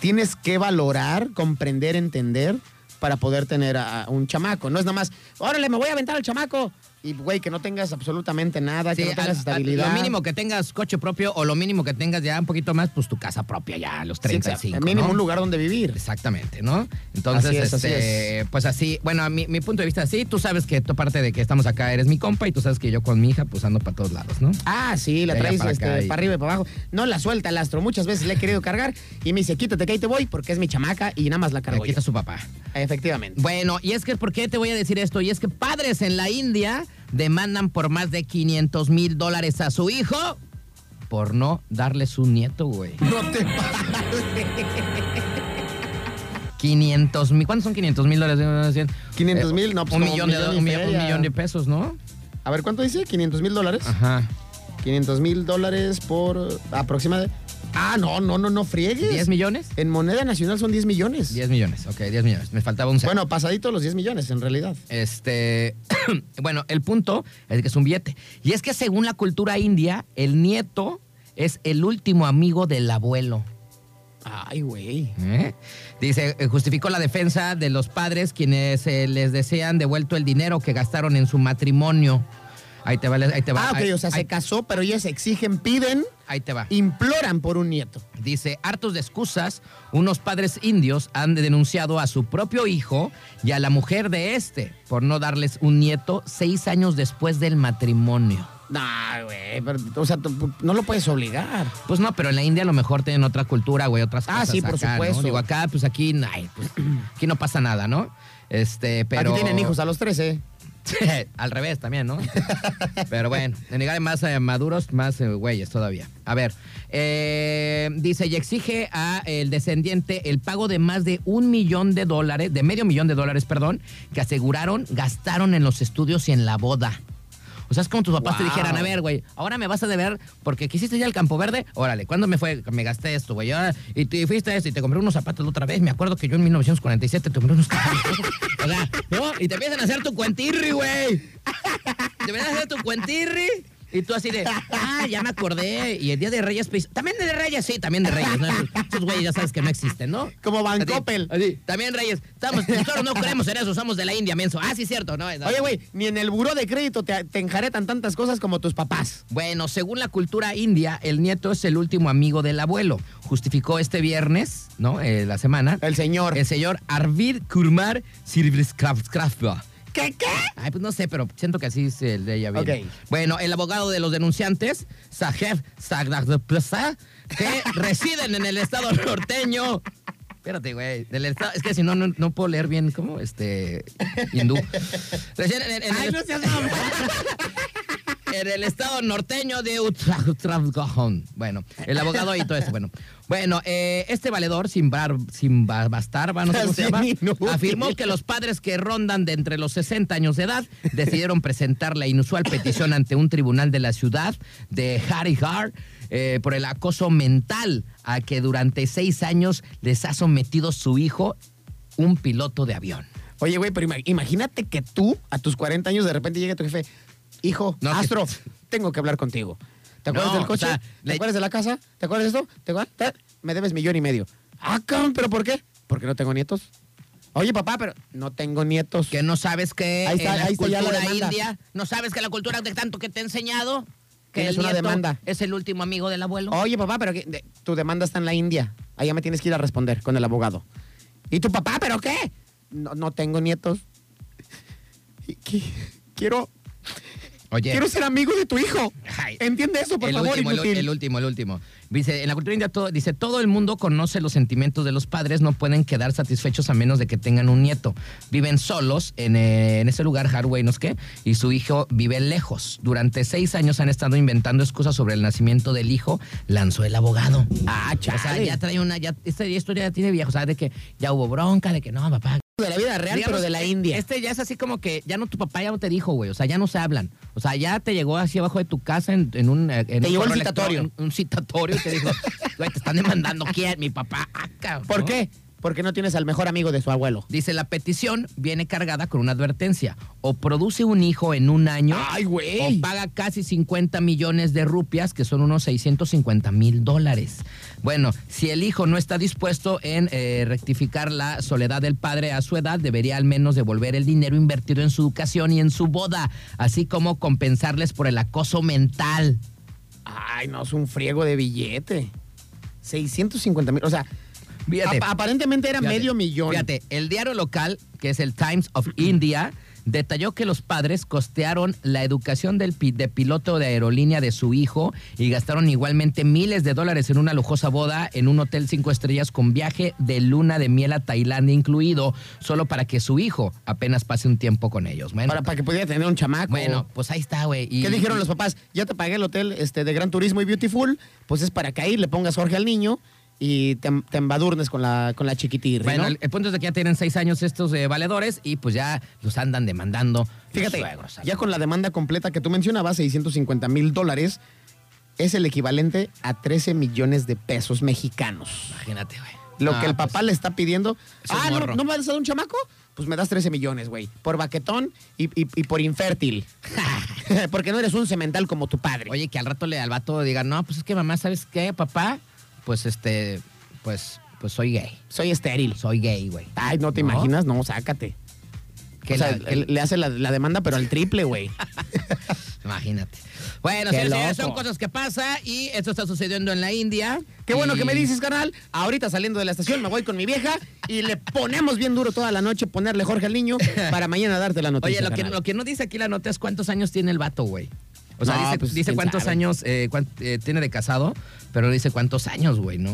tienes que valorar, comprender, entender para poder tener a, a un chamaco. No es nada más, órale, me voy a aventar al chamaco. Y, güey, que no tengas absolutamente nada,
Sí,
que no
al-
tengas
al-
estabilidad.
lo mínimo que tengas coche propio o lo mínimo que tengas ya un poquito más, pues tu casa propia ya a los
Sí, exacto.
35.
mínimo
¿no?
un lugar donde vivir.
Exactamente, ¿no? Entonces,
Así es, así
este, pues así, bueno, a mi, mi punto de vista así, tú sabes que tú parte de que estamos acá eres mi compa y tú sabes que yo con mi hija pues ando para todos lados, ¿no?
Ah, sí, la
De allá
traes
para
este, para,
acá y-
arriba y para abajo. No la suelta el astro. Muchas veces le he querido cargar y me dice, quítate que ahí te voy porque es mi chamaca y nada más la
Pero
cargo yo.
quita su papá.
Efectivamente.
Bueno, y es que, ¿por qué te voy a decir esto? Y es que padres en la India demandan por más de 500 mil dólares a su hijo por no darles un nieto, güey.
No te pases.
500 mil, ¿cuántos son 500 mil dólares?
500 mil, no, pues,
un,
como
millón de,
millón y
un, millón, un
feria.
millón de pesos, ¿no?
A ver, ¿cuánto dice? ¿500 mil dólares?
Ajá.
500 mil dólares por eh, aproximadamente. Ah, no, no, no, no friegues.
¿10 millones?
En moneda nacional son 10 millones.
10 millones, ok, 10 millones. Me faltaba un cero.
Bueno, pasadito los 10 millones, en realidad.
Este, bueno, el punto es que es un billete. Y es que según la cultura india, el nieto es el último amigo del abuelo.
Ay, güey.
¿Eh? Dice, eh, justificó la defensa de los padres quienes eh, les desean devuelto el dinero que gastaron en su matrimonio. Ahí te va, ahí te va.
Ah,
ahí,
ok, o sea,
ahí-
se casó, pero ellos exigen, piden,
ahí te va.
imploran por un nieto.
Dice, hartos de excusas, unos padres indios han denunciado a su propio hijo y a la mujer de este por no darles un nieto seis años después del matrimonio.
No, güey, pero, o sea, tú- no lo puedes obligar.
Pues no, pero en la India a lo mejor tienen otra cultura, güey, otras
Ah,
cosas.
sí, por
acá, ¿no?
supuesto.
Digo, acá, pues aquí, ay, pues, aquí no pasa nada, ¿no? Este, pero.
Aquí tienen hijos a los 13.
Al revés también, ¿no? Pero bueno, negar más eh, maduros, más eh, güeyes todavía. A ver, eh, dice, y exige a el descendiente el pago de más de un millón de dólares, de medio millón de dólares, perdón, que aseguraron, gastaron en los estudios y en la boda. O sea, es como tus papás te
Wow.
dijeran, a ver, güey, ahora me vas a deber porque quisiste ir al Campo Verde. Órale, ¿cuándo me fue? Me gasté esto, güey. Ah, Y te fuiste a esto y te compré unos zapatos la otra vez. Me acuerdo que yo en 1947 te compré unos zapatos. o sea, ¿no? Y te empiezan a hacer tu cuentirri, güey. Te empiezan a hacer tu cuentirri. Y tú así de, ah, ya me acordé. Y el día de Reyes, pues, también de Reyes, sí, también de Reyes. ¿no? Esos- Esos güeyes ya sabes que no existen, ¿no?
Como Van
Así,
Coppel.
así, También Reyes. Estamos, nosotros no creemos en eso, somos de la India, menso. Ah, sí, cierto, ¿no?
Oye, güey, ni en el buró de crédito te, te enjaretan tantas cosas como tus papás.
Bueno, según la cultura india, el nieto es el último amigo del abuelo. Justificó este viernes, ¿no? Eh, la semana.
El señor.
El señor Arvid Kurmar Sirviskraftva.
¿Qué, qué?
Ay, pues no sé, pero siento que así se le ella bien.
Ok.
Bueno, el abogado de los denunciantes, Sajef Sagdagdplasa, que residen en el estado norteño. Espérate, güey. del estado- es que si no, no, no puedo leer bien, ¿cómo? Este. Hindú. Residen en, en el-
Ay, no seas mamón.
en el eh, estado norteño de Uttra- Utracón. Bueno, el abogado y todo eso. Bueno, bueno eh, este valedor, sin, bar, sin ba- bastarba, no sé cómo se
Sí,
llama,
inútil.
afirmó que los padres que rondan de entre los 60 años de edad decidieron presentar la inusual petición ante un tribunal de la ciudad de Harihar eh, por el acoso mental a que durante seis años les ha sometido su hijo, un piloto de avión.
Oye, güey, pero ima- imagínate que tú, a tus 40 años, de repente llega tu jefe, hijo,
No, que-
Astro, tengo que hablar contigo. ¿Te acuerdas
No,
del coche?
o sea,
¿Te
le-
acuerdas de la casa? ¿Te acuerdas de esto? ¿Te acuerdas? Ta- Me debes millón y medio. Ah, cabrón, ¿pero por qué? Porque no tengo nietos. Oye, papá, pero no tengo nietos.
Que no sabes que
Ahí está-
en la
ahí está ya la
cultura
demanda.
india, no sabes que la cultura de tanto que te he enseñado, que
Tienes
el
una
nieto
demanda. Oh,
es el último amigo del abuelo.
Oye, papá, pero que- de- tu demanda está en la India. Allá me tienes que ir a responder con el abogado. ¿Y tu papá, pero qué? No, no tengo nietos. Y qui- Quiero,
Oye.
quiero ser amigo de tu hijo.
Ay.
Entiende eso, por
el
favor,
último, el u-
inútil.
el último, el último. Dice, en la cultura india todo, dice, todo el mundo conoce los sentimientos de los padres, no pueden quedar satisfechos a menos de que tengan un nieto. Viven solos en, eh, en ese lugar, Harway, no sé qué, y su hijo vive lejos. Durante seis años han estado inventando excusas sobre el nacimiento del hijo, lanzó el abogado.
Ah,
O sea,
chale.
ya trae una, ya, esta historia ya tiene viejo, o sea, de que ya hubo bronca, de que no, papá,
de la vida real,
Digamos,
pero de la
eh,
India.
Este ya es así como que ya no tu papá ya no te dijo, güey. O sea, ya no se hablan. O sea, ya te llegó así abajo de tu casa en, en un. eh, en
Te
un
llegó el
correo
citatorio.
electrónico, Un, un citatorio y te dijo, güey, te están demandando quién, mi papá. Ah, cabrón.
¿Por qué? Porque no tienes al mejor amigo de su abuelo.
Dice, la petición viene cargada con una advertencia. O produce un hijo en un año.
Ay, güey.
O paga casi 50 millones de rupias, que son unos 650 mil dólares. Bueno, si el hijo no está dispuesto en eh, rectificar la soledad del padre a su edad, debería al menos devolver el dinero invertido en su educación y en su boda, así como compensarles por el acoso mental.
Ay, no, es un friego de billete. 650 mil. O sea,
Fíjate.
ap- aparentemente era
Fíjate,
medio millón.
Fíjate, el diario local, que es el Times of India, detalló que los padres costearon la educación del pi- de piloto de aerolínea de su hijo y gastaron igualmente miles de dólares en una lujosa boda en un hotel cinco estrellas con viaje de luna de miel a Tailandia incluido, solo para que su hijo apenas pase un tiempo con ellos. Bueno,
Para, para que pudiera tener un chamaco.
bueno pues ahí está, güey. y-
¿Qué dijeron los papás? Ya te pagué el hotel este, de Gran Turismo y Beautiful, pues es para que ahí le pongas Jorge al niño y te, te embadurnes con la, con la chiquitirri,
Bueno,
¿no?
el, el punto es de que ya tienen seis años estos eh, valedores y pues ya los andan demandando.
Fíjate,
los suegros.
ya con la demanda completa que tú mencionabas, 650 mil dólares, es el equivalente a 13 millones de pesos mexicanos.
Imagínate, güey.
Lo
Ah,
que el
pues,
papá le está pidiendo.
es un
Ah, ¿no,
morro.
¿no me vas a dar un chamaco? Pues me das 13 millones, güey. Por baquetón y, y- y por infértil. Porque no eres un cemental como tu padre.
Oye, que al rato le al vato diga, no, pues es que mamá, ¿sabes qué, papá? Pues este, pues, pues soy gay.
soy estéril.
Soy gay, güey.
Ay, no te
¿No?
imaginas, no, sácate.
Que
o sea,
la-
él- le hace la, la demanda, pero al triple, güey.
Imagínate. Bueno,
Qué
señores, señores, son
loco.
cosas que pasa y esto está sucediendo en la India.
Qué bueno que me
Y-
dices, carnal. Ahorita saliendo de la estación me voy con mi vieja y le ponemos bien duro toda la noche ponerle Jorge al niño para mañana darte la noticia.
Oye, lo que,
carnal.
lo que no dice aquí la nota es cuántos años tiene el vato, güey. O sea,
No,
dice,
pues,
dice
quién
cuántos
sabe.
años eh, cuán- eh, tiene de casado, pero no dice cuántos años, güey, ¿no?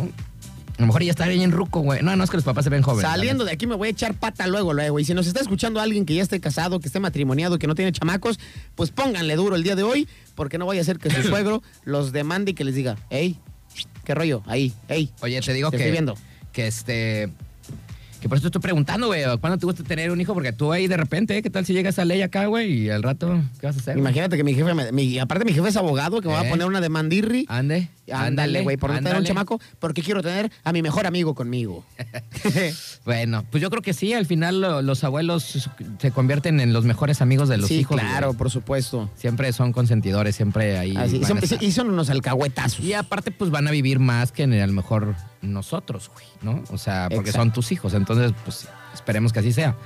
A lo mejor ya está bien ruco, güey. No, no es que los papás se ven jóvenes. la
Saliendo de aquí me voy a echar pata luego, luego. Y si nos está escuchando alguien que ya esté casado, que esté matrimoniado, que no tiene chamacos, pues pónganle duro el día de hoy, porque no vaya a ser que su suegro los demande y que les diga, hey, qué rollo, ahí, hey.
Oye, te digo
Te
que.
estoy viendo.
Que este. Que por eso te estoy preguntando, güey. ¿Cuándo te gusta tener un hijo? Porque tú ahí de repente, ¿eh? ¿qué tal si llega esa ley acá, güey? Y al rato, ¿qué vas a hacer? güey?
Imagínate que mi jefe, me- mi- aparte mi jefe es abogado, que me va
Pues, Eh.
a poner una demandirri.
Ande.
Ándale, güey, por no tener un
ándale.
chamaco, porque quiero tener a mi mejor amigo conmigo.
Bueno, pues yo creo que sí. Al final lo- los abuelos se convierten en los mejores amigos de los
sí,
hijos.
claro,
güey.
por supuesto.
Siempre son consentidores, siempre ahí.
Así, y,
van a
son, pues,
estar.
y son unos alcahuetazos.
Y aparte, pues van a vivir más que en- a lo mejor nosotros, güey, ¿no? O sea, porque
Exacto.
son tus hijos. Entonces, pues esperemos que así sea.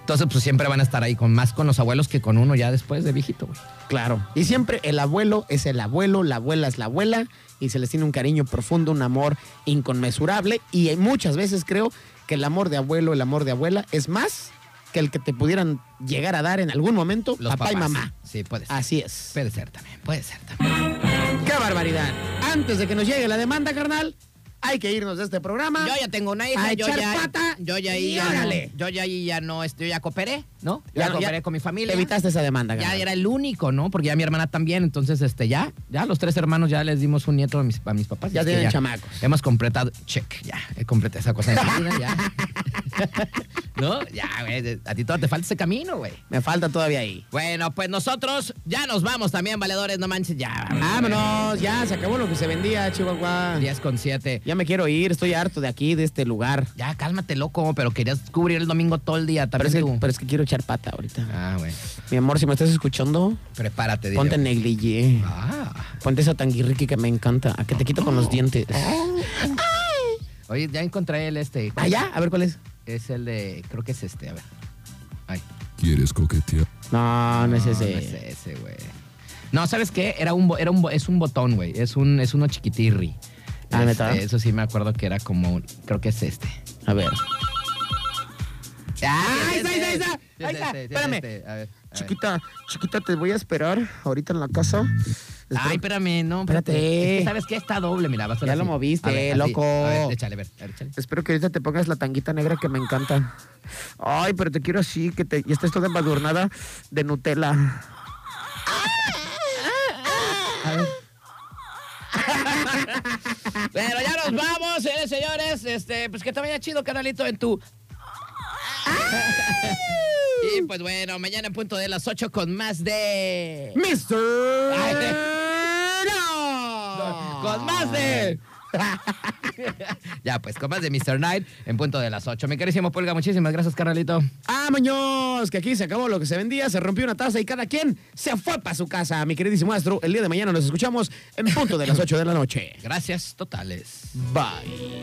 Entonces, pues siempre van a estar ahí con más con los abuelos que con uno ya después de viejito, güey.
Claro. Y siempre el abuelo es el abuelo, la abuela es la abuela, y se les tiene un cariño profundo, un amor inconmensurable. Y hay muchas veces creo que el amor de abuelo, el amor de abuela es más que el que te pudieran llegar a dar en algún momento
Los
papá y
papás.
mamá.
Sí, puede ser.
Así es.
Puede ser también, puede ser también.
¡Qué barbaridad! Antes de que nos llegue la demanda, carnal, hay que irnos de este programa.
Yo ya tengo una
A
hija, yo
echar
ya,
pata
yo ya
y
ahí ya
órale.
no, yo ya ahí ya no, este, yo ya cooperé, ¿no? Ya,
no-
cooperé con mi familia.
Evitaste esa demanda,
Ya
carnal.
era el único, ¿no? Porque ya mi hermana también, entonces este ya, ya los tres hermanos ya les dimos un nieto a mis, a mis papás.
Ya
Es que
tienen chamacos.
Hemos completado, check, ya, he completado esa cosa en mi vida, ya. ¿No? Ya, güey. A ti todo te falta ese camino, güey.
Me falta todavía ahí.
Bueno, pues nosotros ya nos vamos también, valedores. No manches, ya.
Vámonos, ya se acabó lo que se vendía, Chihuahua.
10 con 7.
Ya me quiero ir, estoy harto de aquí, de este lugar.
Ya, cálmate, loco. Pero querías cubrir el domingo todo el día.
Pero
También
es, que,
tú.
pero es que quiero echar pata ahorita.
Ah, güey.
Mi amor, si me estás escuchando,
Prepárate, dile.
ponte negligé.
Ah.
Ponte esa tanguirriqui que me encanta, a que te quito con los dientes.
Ah. Oye, ya encontré el este.
¿Allá? Ah, A ver cuál es.
Es el de. Creo que es este, a ver. Ay.
¿Quieres coquetear?
Ah, No, no es
No, no es
ese.
ese, güey. No, ¿sabes qué? Era un, bo- era un, bo- es un botón, güey. Es, un, es uno chiquitirri.
Ah, ¿neta?
Este, eso sí me acuerdo que era como... un- Creo que es este.
A ver.
¡Ah!
ahí está, ahí está, ahí está! Ahí está, espérame.
este, A ver, a ver.
Chiquita, chiquita, te voy a esperar ahorita en la casa.
Ay, espérame, no. Es
Espérate.
que, ¿Sabes qué? Está doble, mira. vas a hacer
Ya lo
así.
moviste,
A ver, así.
loco.
A ver, échale, a ver, a ver, échale.
Espero que ahorita te pongas la tanguita negra que me encanta. Ay, pero te quiero así, que te, y estés toda embadurnada de Nutella.
Pero ya nos vamos, señores, señores. Este, pues que te vaya chido, canalito, en tu. Y pues bueno, mañana en punto de las 8 con más de.
¡Mister!
Ay,
¡No!
Con más de. ya, pues con más de Mr. Knight en punto de las 8. Mi querísimo Pulga, muchísimas gracias, carnalito.
¡Vámonos! Que aquí se acabó lo que se vendía, se rompió una taza y cada quien se fue para su casa. Mi queridísimo astro, el día de mañana nos escuchamos en punto de las 8 de la noche.
Gracias totales.
Bye.